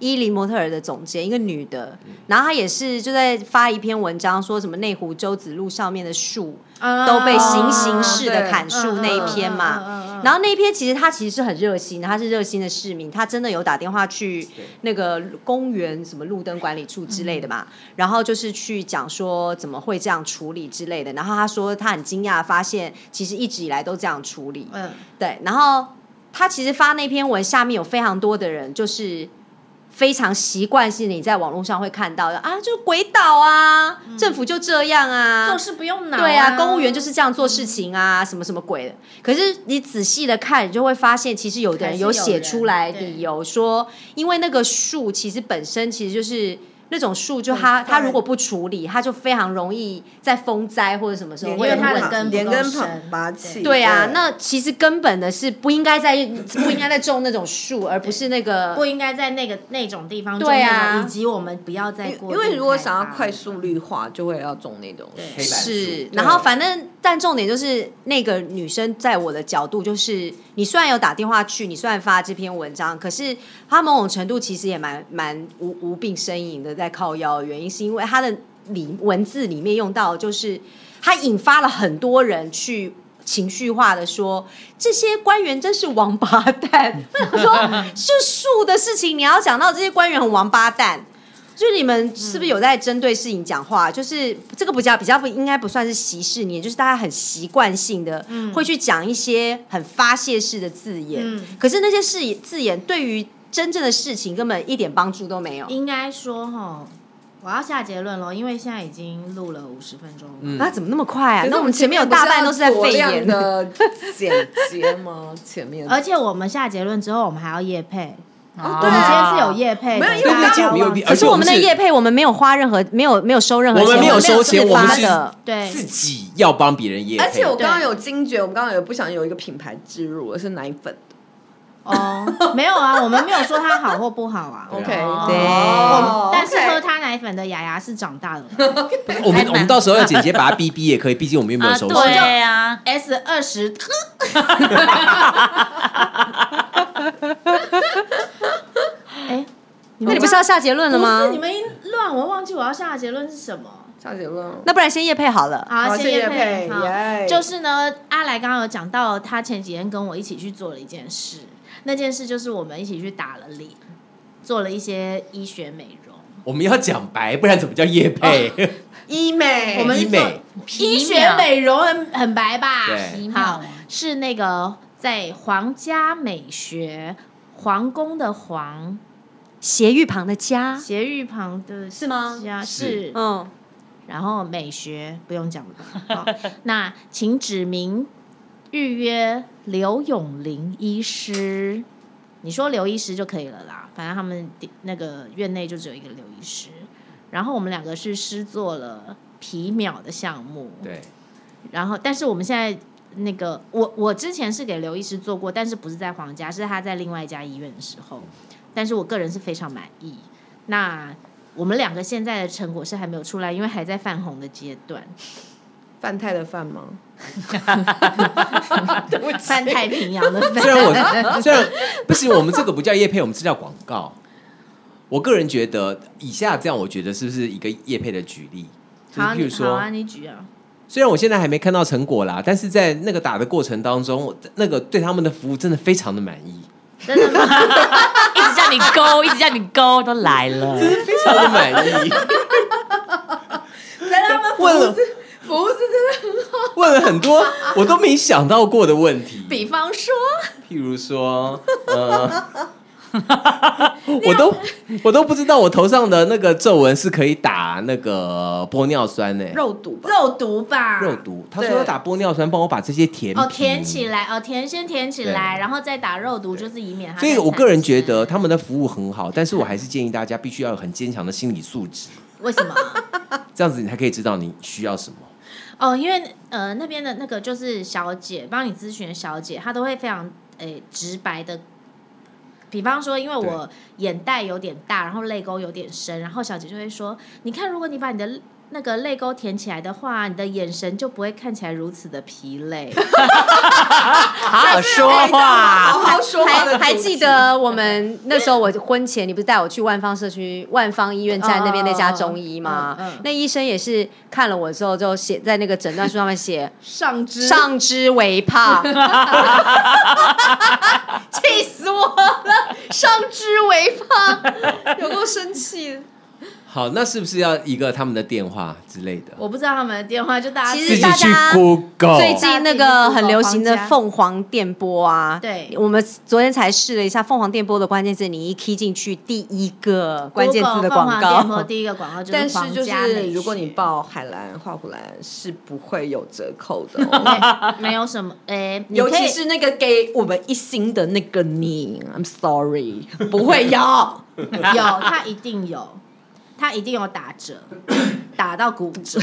Speaker 2: 伊林模特儿的总监，一个女的，然后她也是就在发一篇文章，说什么内湖周子路上面的树
Speaker 3: 啊
Speaker 2: 都被行刑式的砍树
Speaker 3: 嗯
Speaker 2: 那一篇嘛。
Speaker 3: 嘛
Speaker 2: 然后那一篇其实他其实是很热心的，他是热心的市民，他真的有打电话去那个公园什么路灯管理处之类的嘛，然后就是去讲说怎么会这样处理之类的。然后他说他很惊讶，发现其实一直以来都这样处理。
Speaker 3: 嗯，
Speaker 2: 对，然后他其实发那篇文，下面有非常多的人，就是非常习惯性你在网络上会看到的啊，就是鬼岛啊，政府就这样啊，
Speaker 3: 做事不用脑，
Speaker 2: 对
Speaker 3: 啊，
Speaker 2: 啊，公务员就是这样做事情啊，什么什么鬼的。可是你仔细的看，你就会发现，其实有
Speaker 3: 还
Speaker 2: 的人
Speaker 3: 是有
Speaker 2: 有写
Speaker 3: 人
Speaker 2: 出来
Speaker 3: 对
Speaker 2: 理由说，因为那个树其实本身其实就是。那种树，就它
Speaker 3: 很快
Speaker 2: 它如果不处理，它就非常容易在风灾或者什么时候
Speaker 3: 因
Speaker 2: 会
Speaker 3: 为
Speaker 2: 有
Speaker 3: 它的
Speaker 4: 啊
Speaker 3: 根不
Speaker 2: 问题
Speaker 4: 连
Speaker 3: 够
Speaker 4: 根
Speaker 3: 深
Speaker 4: 拔拔起，
Speaker 2: 对啊，那其实根本的是不应该在不应该在种那种树，而不是那
Speaker 3: 不
Speaker 2: 个
Speaker 3: 应该在那个那种地方，
Speaker 2: 对啊
Speaker 3: 以及我们不要再
Speaker 4: 因
Speaker 3: 过
Speaker 4: 因
Speaker 3: 度开发，
Speaker 4: 为如果想要快速绿化，就会要种那种
Speaker 3: 对
Speaker 4: 树
Speaker 1: 黑板
Speaker 2: 是
Speaker 1: 树。
Speaker 2: 然后反正，但重点就是那个女生在我的角度，就是你虽然有打电话去，你虽然发这篇文章，可是她某种程度其实也蛮蛮无无病呻吟的在靠腰，原因是因为她的里文字里面用到的就是。它引发了很多人去情绪化的说，这些官员真是王八蛋。 我想说，就树的事情，你要讲到这些官员很王八蛋。就是你们是不是有在针对事情讲话？就是这个不叫比较不应该不算是歧视你，就是大家很习惯性的、会去讲一些很发泄式的字眼。
Speaker 3: 嗯
Speaker 2: 可是那些事字眼对于真正的事情根本一点帮助都没有。
Speaker 3: 应该说哈，我要下结论喽，因为现在已经录了五十分钟了。
Speaker 1: 嗯
Speaker 2: 那、啊、怎么那么快啊？
Speaker 4: 可是
Speaker 2: 那我们前面有
Speaker 4: 不是
Speaker 2: 大半
Speaker 4: 要
Speaker 2: 都是在
Speaker 4: 酌
Speaker 2: 肺
Speaker 4: 量
Speaker 2: 炎呃
Speaker 4: 的剪接吗？ 前面
Speaker 3: 而且我们下结论之后，我们还要夜配。
Speaker 2: 啊
Speaker 5: 哦
Speaker 3: 我们今天是有夜配的，
Speaker 4: 没有因
Speaker 1: 对
Speaker 4: 为
Speaker 1: 那
Speaker 4: 大家
Speaker 1: 今天我们有，
Speaker 2: 可
Speaker 1: 而
Speaker 2: 是
Speaker 1: 且
Speaker 2: 我
Speaker 1: 我
Speaker 2: 们的
Speaker 1: 是
Speaker 2: 业配，我们没有花任何，没有没有收任何
Speaker 1: 我
Speaker 2: 钱，
Speaker 1: 们没有收
Speaker 2: 自
Speaker 1: 钱，我们
Speaker 2: 发
Speaker 1: 是
Speaker 2: 的。
Speaker 3: 对
Speaker 1: 自己要帮别人业配。
Speaker 4: 而且我刚刚
Speaker 3: 对
Speaker 4: 有惊觉，我们刚刚有不想有一个品牌置入，而是奶粉。
Speaker 3: 哦，没有啊，我们没有说它好或不好 啊。
Speaker 1: 对
Speaker 4: OK，
Speaker 5: 啊
Speaker 2: 对
Speaker 4: 哦
Speaker 3: 但是
Speaker 4: OK
Speaker 3: 喝它奶粉的雅雅是长大了 啦
Speaker 1: 我们我们到时候要剪接把他逼逼也可以，毕竟我们又没有
Speaker 5: 啊，
Speaker 1: 收钱。
Speaker 5: 对啊，
Speaker 3: ，S 二十，哎，你
Speaker 2: 那你不是要下结论了
Speaker 3: 不
Speaker 2: 吗
Speaker 3: 是？你们一乱，我忘记我要下的结论是什么。
Speaker 4: 下结论哦。
Speaker 2: 那不然先叶配好了。
Speaker 3: 好，
Speaker 4: 好
Speaker 3: 谢
Speaker 4: 谢
Speaker 3: 叶
Speaker 4: 谢
Speaker 3: 佩，
Speaker 4: 佩
Speaker 3: 好
Speaker 4: 耶
Speaker 3: 就是呢，阿来刚刚有讲到，他前几天跟我一起去做了一件事，那件事就是我们一起去打了脸，做了一些医学美容。
Speaker 1: 我们要讲白，不然怎么叫业配？
Speaker 4: 医美，
Speaker 3: 我们
Speaker 1: 医
Speaker 3: 是做
Speaker 1: 美
Speaker 5: 啊
Speaker 3: 医学美容很很白吧？
Speaker 1: 对
Speaker 3: 好，是那个在皇家美学，皇宫的皇，
Speaker 2: 斜玉旁的家，
Speaker 3: 斜玉旁的
Speaker 2: 是吗
Speaker 3: 家
Speaker 1: 是
Speaker 3: 是，
Speaker 2: 嗯，
Speaker 3: 然后美学不用讲了。好那请指名预约刘永林医师，你说刘医师就可以了啦。反正他们那个院内就只有一个刘医师，然后我们两个是师做了皮秒的项目，
Speaker 1: 对，
Speaker 3: 然后，但是我们现在那个，我我之前是给刘医师做过，但是不是在皇家，是他在另外一家医院的时候。但是我个人是非常满意。那我们两个现在的成果是还没有出来，因为还在泛红的阶段，
Speaker 4: 饭菜的饭吗？
Speaker 3: 泛太平洋 的
Speaker 1: 虽
Speaker 3: 泛。
Speaker 1: 然我虽然不行，我们这个不叫叶配，我们这叫广告。我个人觉得，以下这样，我觉得是不是一个叶配的举例？就是
Speaker 3: 好，
Speaker 1: 譬如
Speaker 3: 你好
Speaker 1: 说，
Speaker 3: 啊，你举啊。
Speaker 1: 虽然我现在还没看到成果啦，但是在那个打的过程当中，我那个对他们的服务真的非常的满意，
Speaker 5: 真的 吗？一直叫你 勾，一直叫你勾，都来了。
Speaker 1: 非常的满意。
Speaker 4: 他们问了，服务是真的很好。
Speaker 1: 问了很多我都没想到过的问题，
Speaker 4: 比方说，
Speaker 1: 譬如说，呃， 我都我都不知道我头上的那个皱纹是可以打那个玻尿酸呢、
Speaker 4: 肉毒吧，
Speaker 3: 肉毒吧，
Speaker 1: 肉毒。他说
Speaker 4: 对
Speaker 1: 要打玻尿酸，帮我把这些填
Speaker 3: 哦，
Speaker 1: 平
Speaker 3: 填起。来哦，填先填起来，
Speaker 1: 对
Speaker 3: 然后再打肉毒，就是以免它。
Speaker 1: 所以我个人觉得，他们的服务很好，但是我还是建议大家必须要有很坚强的心理素质，
Speaker 3: 为什么？
Speaker 1: 这样子你才可以知道你需要什么。
Speaker 3: 哦，因为呃那边的那个就是小姐帮你咨询的小姐，她都会非常诶直白的。比方说，因为我眼袋有点大，然后泪沟有点深，然后小姐就会说：“你看，如果你把你的那个泪沟填起来的话，你的眼神就不会看起来如此的疲累。
Speaker 5: 好好说
Speaker 4: 好
Speaker 5: 话，
Speaker 4: 好哦说话的
Speaker 2: 啊还
Speaker 4: 主题
Speaker 2: 还记得我们那时候我婚前，你不是带我去万方社区万方医院站那边那家中医吗？
Speaker 3: 嗯嗯嗯
Speaker 2: 那医生也是看了我之后，就写在那个诊断书上面写
Speaker 3: 上肢
Speaker 2: 上肢微胖，气死我了！上肢微胖，有够生气的。
Speaker 1: 好，那是不是要一个他们的电话之类的？
Speaker 3: 我不知道他们的电话，就大家
Speaker 2: 其
Speaker 1: 自
Speaker 2: 实
Speaker 1: 己
Speaker 2: 大
Speaker 1: 去
Speaker 2: 家
Speaker 1: Google。
Speaker 2: 最近那个很流行的凤凰电波啊，
Speaker 3: 对
Speaker 2: 我们昨天才试了一下凤凰电波的关键字，你一 key 进去，第一个关键字的广告，
Speaker 3: 第一个广告就是
Speaker 4: 但
Speaker 3: 皇
Speaker 4: 是就
Speaker 3: 家美
Speaker 4: 是如果你
Speaker 3: 学
Speaker 4: 报海蓝、花虎兰是不会有折扣 的、哦，
Speaker 3: 没有什么，诶、你
Speaker 4: 尤
Speaker 3: 可
Speaker 4: 其
Speaker 3: 以
Speaker 4: 是那个给我们一星的那个你，I'm sorry，不会有。
Speaker 3: 有，它一定有，它一定有打 折，打到骨折。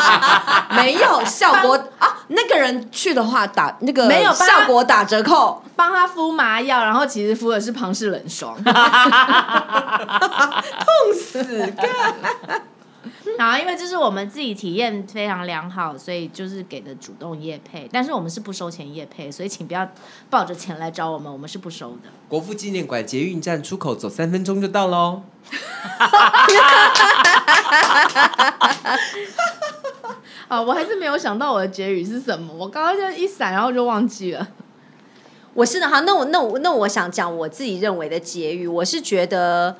Speaker 4: 没有效果啊！那个人去的话打那个
Speaker 3: 没有帮他
Speaker 4: 效果打折扣，
Speaker 3: 帮他敷麻药，然后其实敷的是庞氏冷 霜。
Speaker 4: 痛死！
Speaker 3: 然后因为这是我们自己体验非常良好，所以就是给的主动业配，但是我们是不收钱业配，所以请不要抱着钱来找我们，我们是不收 的。
Speaker 1: 国父纪念馆捷运站出口走三分钟就到喽。
Speaker 3: 啊，我还是没有想到我的结语是什么，我刚刚就一闪，然后就忘记了。
Speaker 2: 我是的哈，那我那我那我想讲我自己认为的结语，我是觉得。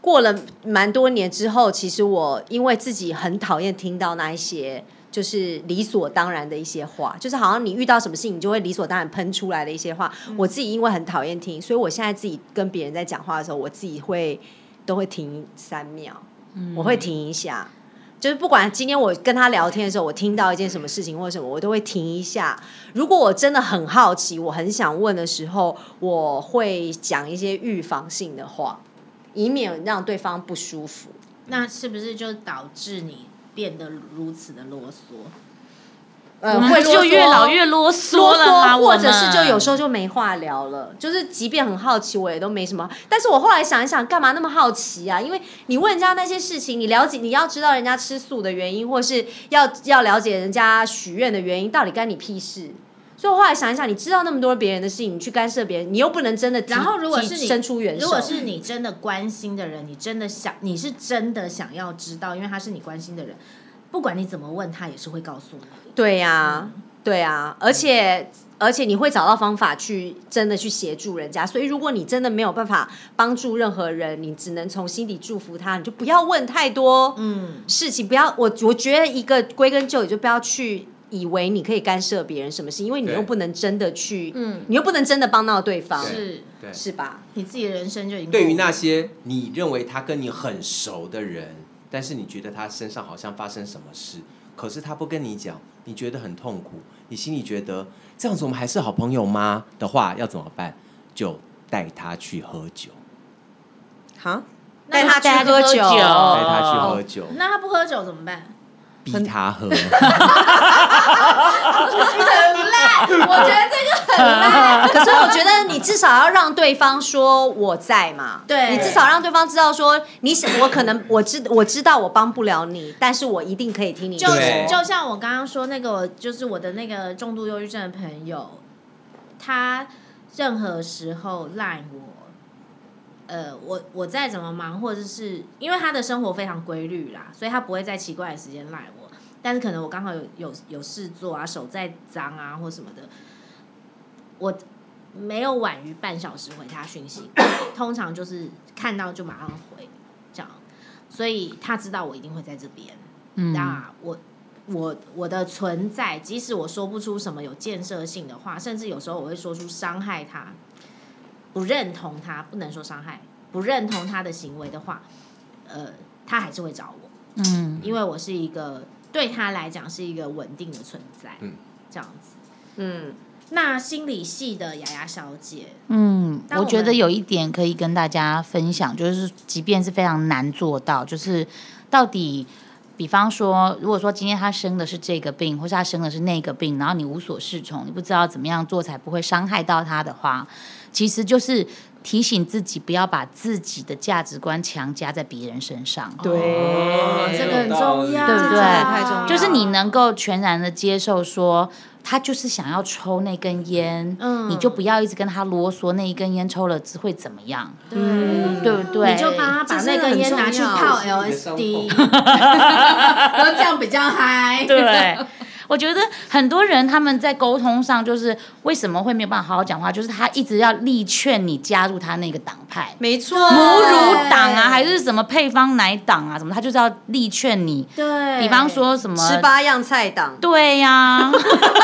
Speaker 2: 过了蛮多年之后，其实我因为自己很讨厌听到那一些就是理所当然的一些话，就是好像你遇到什么事情，你就会理所当然喷出来的一些话。我自己因为很讨厌听，所以我现在自己跟别人在讲话的时候，我自己会都会停三秒，我会停一下。就是不管今天我跟他聊天的时候，我听到一件什么事情或者什么，我都会停一下。如果我真的很好奇，我很想问的时候，我会讲一些预防性的话。以免让对方不舒服。
Speaker 3: 那是不是就导致你变得如此的啰嗦？
Speaker 2: 呃
Speaker 5: 我们就越老越啰
Speaker 2: 啰
Speaker 5: 嗦了吗？
Speaker 2: 嗦，
Speaker 5: 我
Speaker 2: 或
Speaker 5: 们
Speaker 2: 者是就有时候就没话聊了。就是即便很好奇，我也都没什么。但是我后来想一想，干嘛那么好奇啊？因为你问人家那些事情，你了解，你要知道人家吃素的原因，或是要要了解人家许愿的原因，到底干你屁事？所以我后来想一想，你知道那么多别人的事情，你去干涉别人，你又不能真的提
Speaker 3: 然后如果是
Speaker 2: 提
Speaker 3: 你
Speaker 2: 伸出援手，
Speaker 3: 如果是你真的关心的人，你真的想，你是真的想要知道，因为他是你关心的人，不管你怎么问他，也是会告诉你。
Speaker 2: 对呀、对呀、而且而且你会找到方法去真的去协助人家。所以如果你真的没有办法帮助任何人，你只能从心底祝福他，你就不要问太多
Speaker 3: 嗯，
Speaker 2: 事情，不要我我觉得一个归根究底就不要去。以为你可以干涉别人什么事，因为你
Speaker 1: 对
Speaker 2: 又不能真的去，
Speaker 4: 嗯
Speaker 2: 你又不能真的帮到对方，
Speaker 1: 对
Speaker 3: 是
Speaker 1: 对
Speaker 2: 是吧？
Speaker 3: 你自己的人生就已经
Speaker 1: 对于
Speaker 3: 过
Speaker 1: 那些你认为他跟你很熟的人，但是你觉得他身上好像发生什么事，可是他不跟你讲，你觉得很痛苦，你心里觉得这样子我们还是好朋友吗？的话要怎么办？就带他去喝酒，
Speaker 4: 哈，
Speaker 2: 带
Speaker 3: 那
Speaker 2: 他去
Speaker 5: 带他去
Speaker 2: 喝
Speaker 5: 喝酒哦
Speaker 1: 带他去喝酒，
Speaker 3: 那他不喝酒怎么办？
Speaker 1: 逼他喝，
Speaker 5: 我觉得这个很烂。
Speaker 2: 可是我觉得你至少要让对方说我在嘛，
Speaker 3: 对
Speaker 2: 你至少让对方知道说你想我可能我知我知道我帮不了你，但是我一定可以听你
Speaker 3: 就
Speaker 2: 说。
Speaker 1: 对
Speaker 3: 就像我刚刚说那个，我就是我的那个重度忧郁症的朋友，他任何时候赖我，呃，我我再怎么忙，或者是因为他的生活非常规律啦，所以他不会在奇怪的时间赖我。但是可能我刚好有有有事做啊，手再脏啊或什么的，我没有晚于半小时回他讯息，通常就是看到就马上回这样，所以他知道我一定会在这边。
Speaker 5: 嗯，
Speaker 3: 那我我我的存在，即使我说不出什么有建设性的话，甚至有时候我会说出伤害他、不认同他，不能说伤害，不认同他的行为的话，呃，他还是会找我，
Speaker 5: 嗯，
Speaker 3: 因为我是一个对他来讲是一个稳定的存在，
Speaker 1: 嗯，
Speaker 3: 这样子。
Speaker 2: 嗯，
Speaker 3: 那心理系的雅雅小姐，
Speaker 5: 嗯，
Speaker 3: 当
Speaker 5: 我
Speaker 3: 我
Speaker 5: 觉得
Speaker 3: 们
Speaker 5: 有一点可以跟大家分享，就是即便是非常难做到，就是到底，比方说，如果说今天他生的是这个病，或是他生的是那个病，然后你无所适从，你不知道怎么样做才不会伤害到他的话，其实就是提醒自己不要把自己的价值观强加在别人身上。
Speaker 1: 哦
Speaker 3: 这个很重要，
Speaker 5: 对不对
Speaker 3: 这真的太重要
Speaker 5: 就是你能够全然的接受说，他就是想要抽那根烟，
Speaker 3: 嗯
Speaker 5: 你就不要一直跟他啰嗦，那一根烟抽了会怎么样，
Speaker 3: 对。
Speaker 5: 对不对？
Speaker 3: 你就帮他把那根烟拿去泡
Speaker 1: 这是很重
Speaker 3: LSD，
Speaker 1: 要
Speaker 3: 然后这样比较嗨。
Speaker 5: 对。 我觉得很多人他们在沟通上，就是为什么会没有办法好好讲话，就是他一直要力劝你加入他那个党派，
Speaker 2: 没错，
Speaker 5: 母乳党啊，还是什么配方奶党啊，什么，他就是要力劝你。
Speaker 3: 对，
Speaker 5: 比方说什么，
Speaker 2: 十八样菜党，
Speaker 5: 对呀、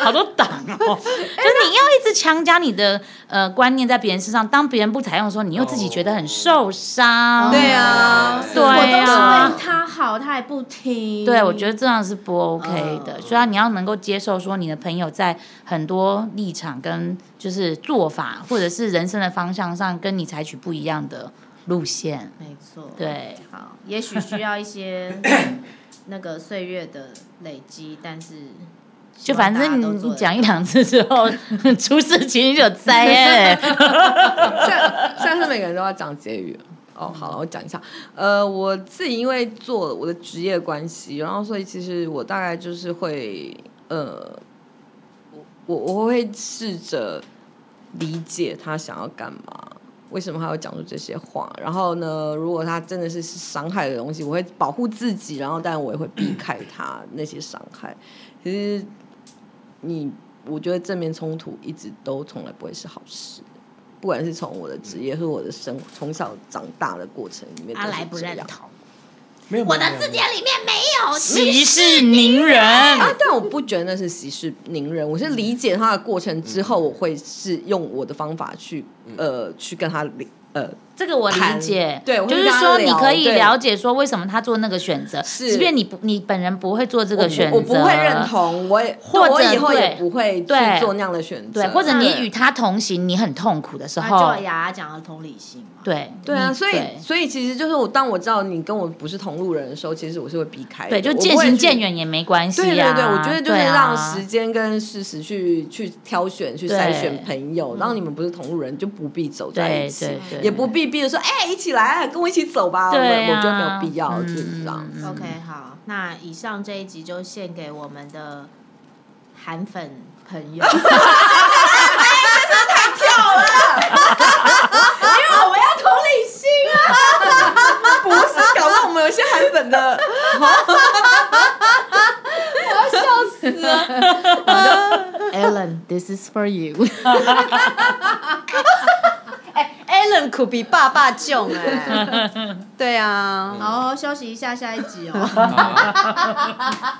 Speaker 5: 好多党哦，就是你要一直强加你的呃观念在别人身上，当别人不采用的时候，你又自己觉得很受伤。
Speaker 2: 对啊，
Speaker 5: 对啊
Speaker 3: 我都是为他好，他还不听。
Speaker 5: 对，我
Speaker 4: 嗯
Speaker 5: 觉得这样是不 OK 的。
Speaker 3: 嗯
Speaker 5: 所以啊你要能够接受说你的朋友在很多立场跟就是做法，或者是人生的方向上，跟你采取不一样的路线。
Speaker 3: 没错。，
Speaker 5: 对，
Speaker 3: 好，也许需要一些那个岁月的累积，但是
Speaker 5: 就反正你你讲一两次之 后，出事情就有灾耶。
Speaker 4: 现在现在是每个人都要讲结语了。哦，好了，我讲一下。呃，我自己因为做我的职业关系，然后所以其实我大概就是会，呃，我我我会试着理解他想要干嘛，为什么他会讲出这些话。然后呢，如果他真的是伤害的东西，我会保护自己，然后但我也会避开他那些伤害。其实你，我觉得正面冲突一直都从来不会是好事。不管是从我的职业，和我的生从小长大的过程里面，
Speaker 3: 阿
Speaker 4: 都是
Speaker 3: 来不
Speaker 4: 这
Speaker 3: 认
Speaker 4: 样
Speaker 3: 同，
Speaker 1: 没有
Speaker 3: 我的字典里面没有。
Speaker 5: 息事宁人。
Speaker 4: 啊，但我不觉得那是息事宁人，我是理解他的过程之后，我会是用我的方法去
Speaker 5: 嗯
Speaker 4: 呃去跟他理呃
Speaker 5: 这个我理
Speaker 4: 谈
Speaker 5: 解，
Speaker 4: 对我
Speaker 5: 就
Speaker 4: 会
Speaker 5: 是
Speaker 4: 跟他
Speaker 5: 说你
Speaker 4: 聊
Speaker 5: 可以
Speaker 4: 对
Speaker 5: 了解说为什么他做那个选择，
Speaker 4: 是
Speaker 5: 即便你不你本人不会做这个选择，
Speaker 4: 我不我不会认，同，我也
Speaker 5: 或者
Speaker 4: 我以后
Speaker 5: 对
Speaker 4: 也不会去
Speaker 5: 对
Speaker 4: 做那样的选择，
Speaker 5: 对，或者你
Speaker 4: 对
Speaker 5: 与他同行，你很痛苦的时
Speaker 4: 啊
Speaker 3: 那
Speaker 5: 候
Speaker 3: 就，雅雅讲的同理心嘛。
Speaker 5: 对
Speaker 4: 对啊，
Speaker 5: 你
Speaker 4: 所以
Speaker 5: 对
Speaker 4: 所以其实就是我当我知道你跟我不是同路人的时候，其实我是会避开的，
Speaker 5: 对，就
Speaker 4: 我不
Speaker 5: 渐
Speaker 4: 会
Speaker 5: 行
Speaker 4: 去
Speaker 5: 渐。远也没关系
Speaker 4: 对对
Speaker 5: 呀。
Speaker 4: 对，我觉得就是
Speaker 5: 对啊
Speaker 4: 让时间跟事实去、去挑选、去
Speaker 5: 对嗯
Speaker 4: 筛选朋友，让你们不是同路人，就不必走在一
Speaker 5: 对
Speaker 4: 起。
Speaker 5: 对对，
Speaker 4: 也不必逼着说，哎、一起来，跟我一起走吧。我
Speaker 5: 对啊
Speaker 4: 我觉得没有必要，
Speaker 5: 嗯
Speaker 4: 就是这样子。
Speaker 5: 嗯
Speaker 3: OK，好，那以上这一集就献给我们的韩粉朋 友。太跳了，因为我们要同理心啊。
Speaker 4: 不是，搞到我们有些韩粉的，
Speaker 3: Alan，this is for you。
Speaker 2: Allen could be 爸爸囧 哎，对啊，
Speaker 3: 哦好，休息一下，下一集哦。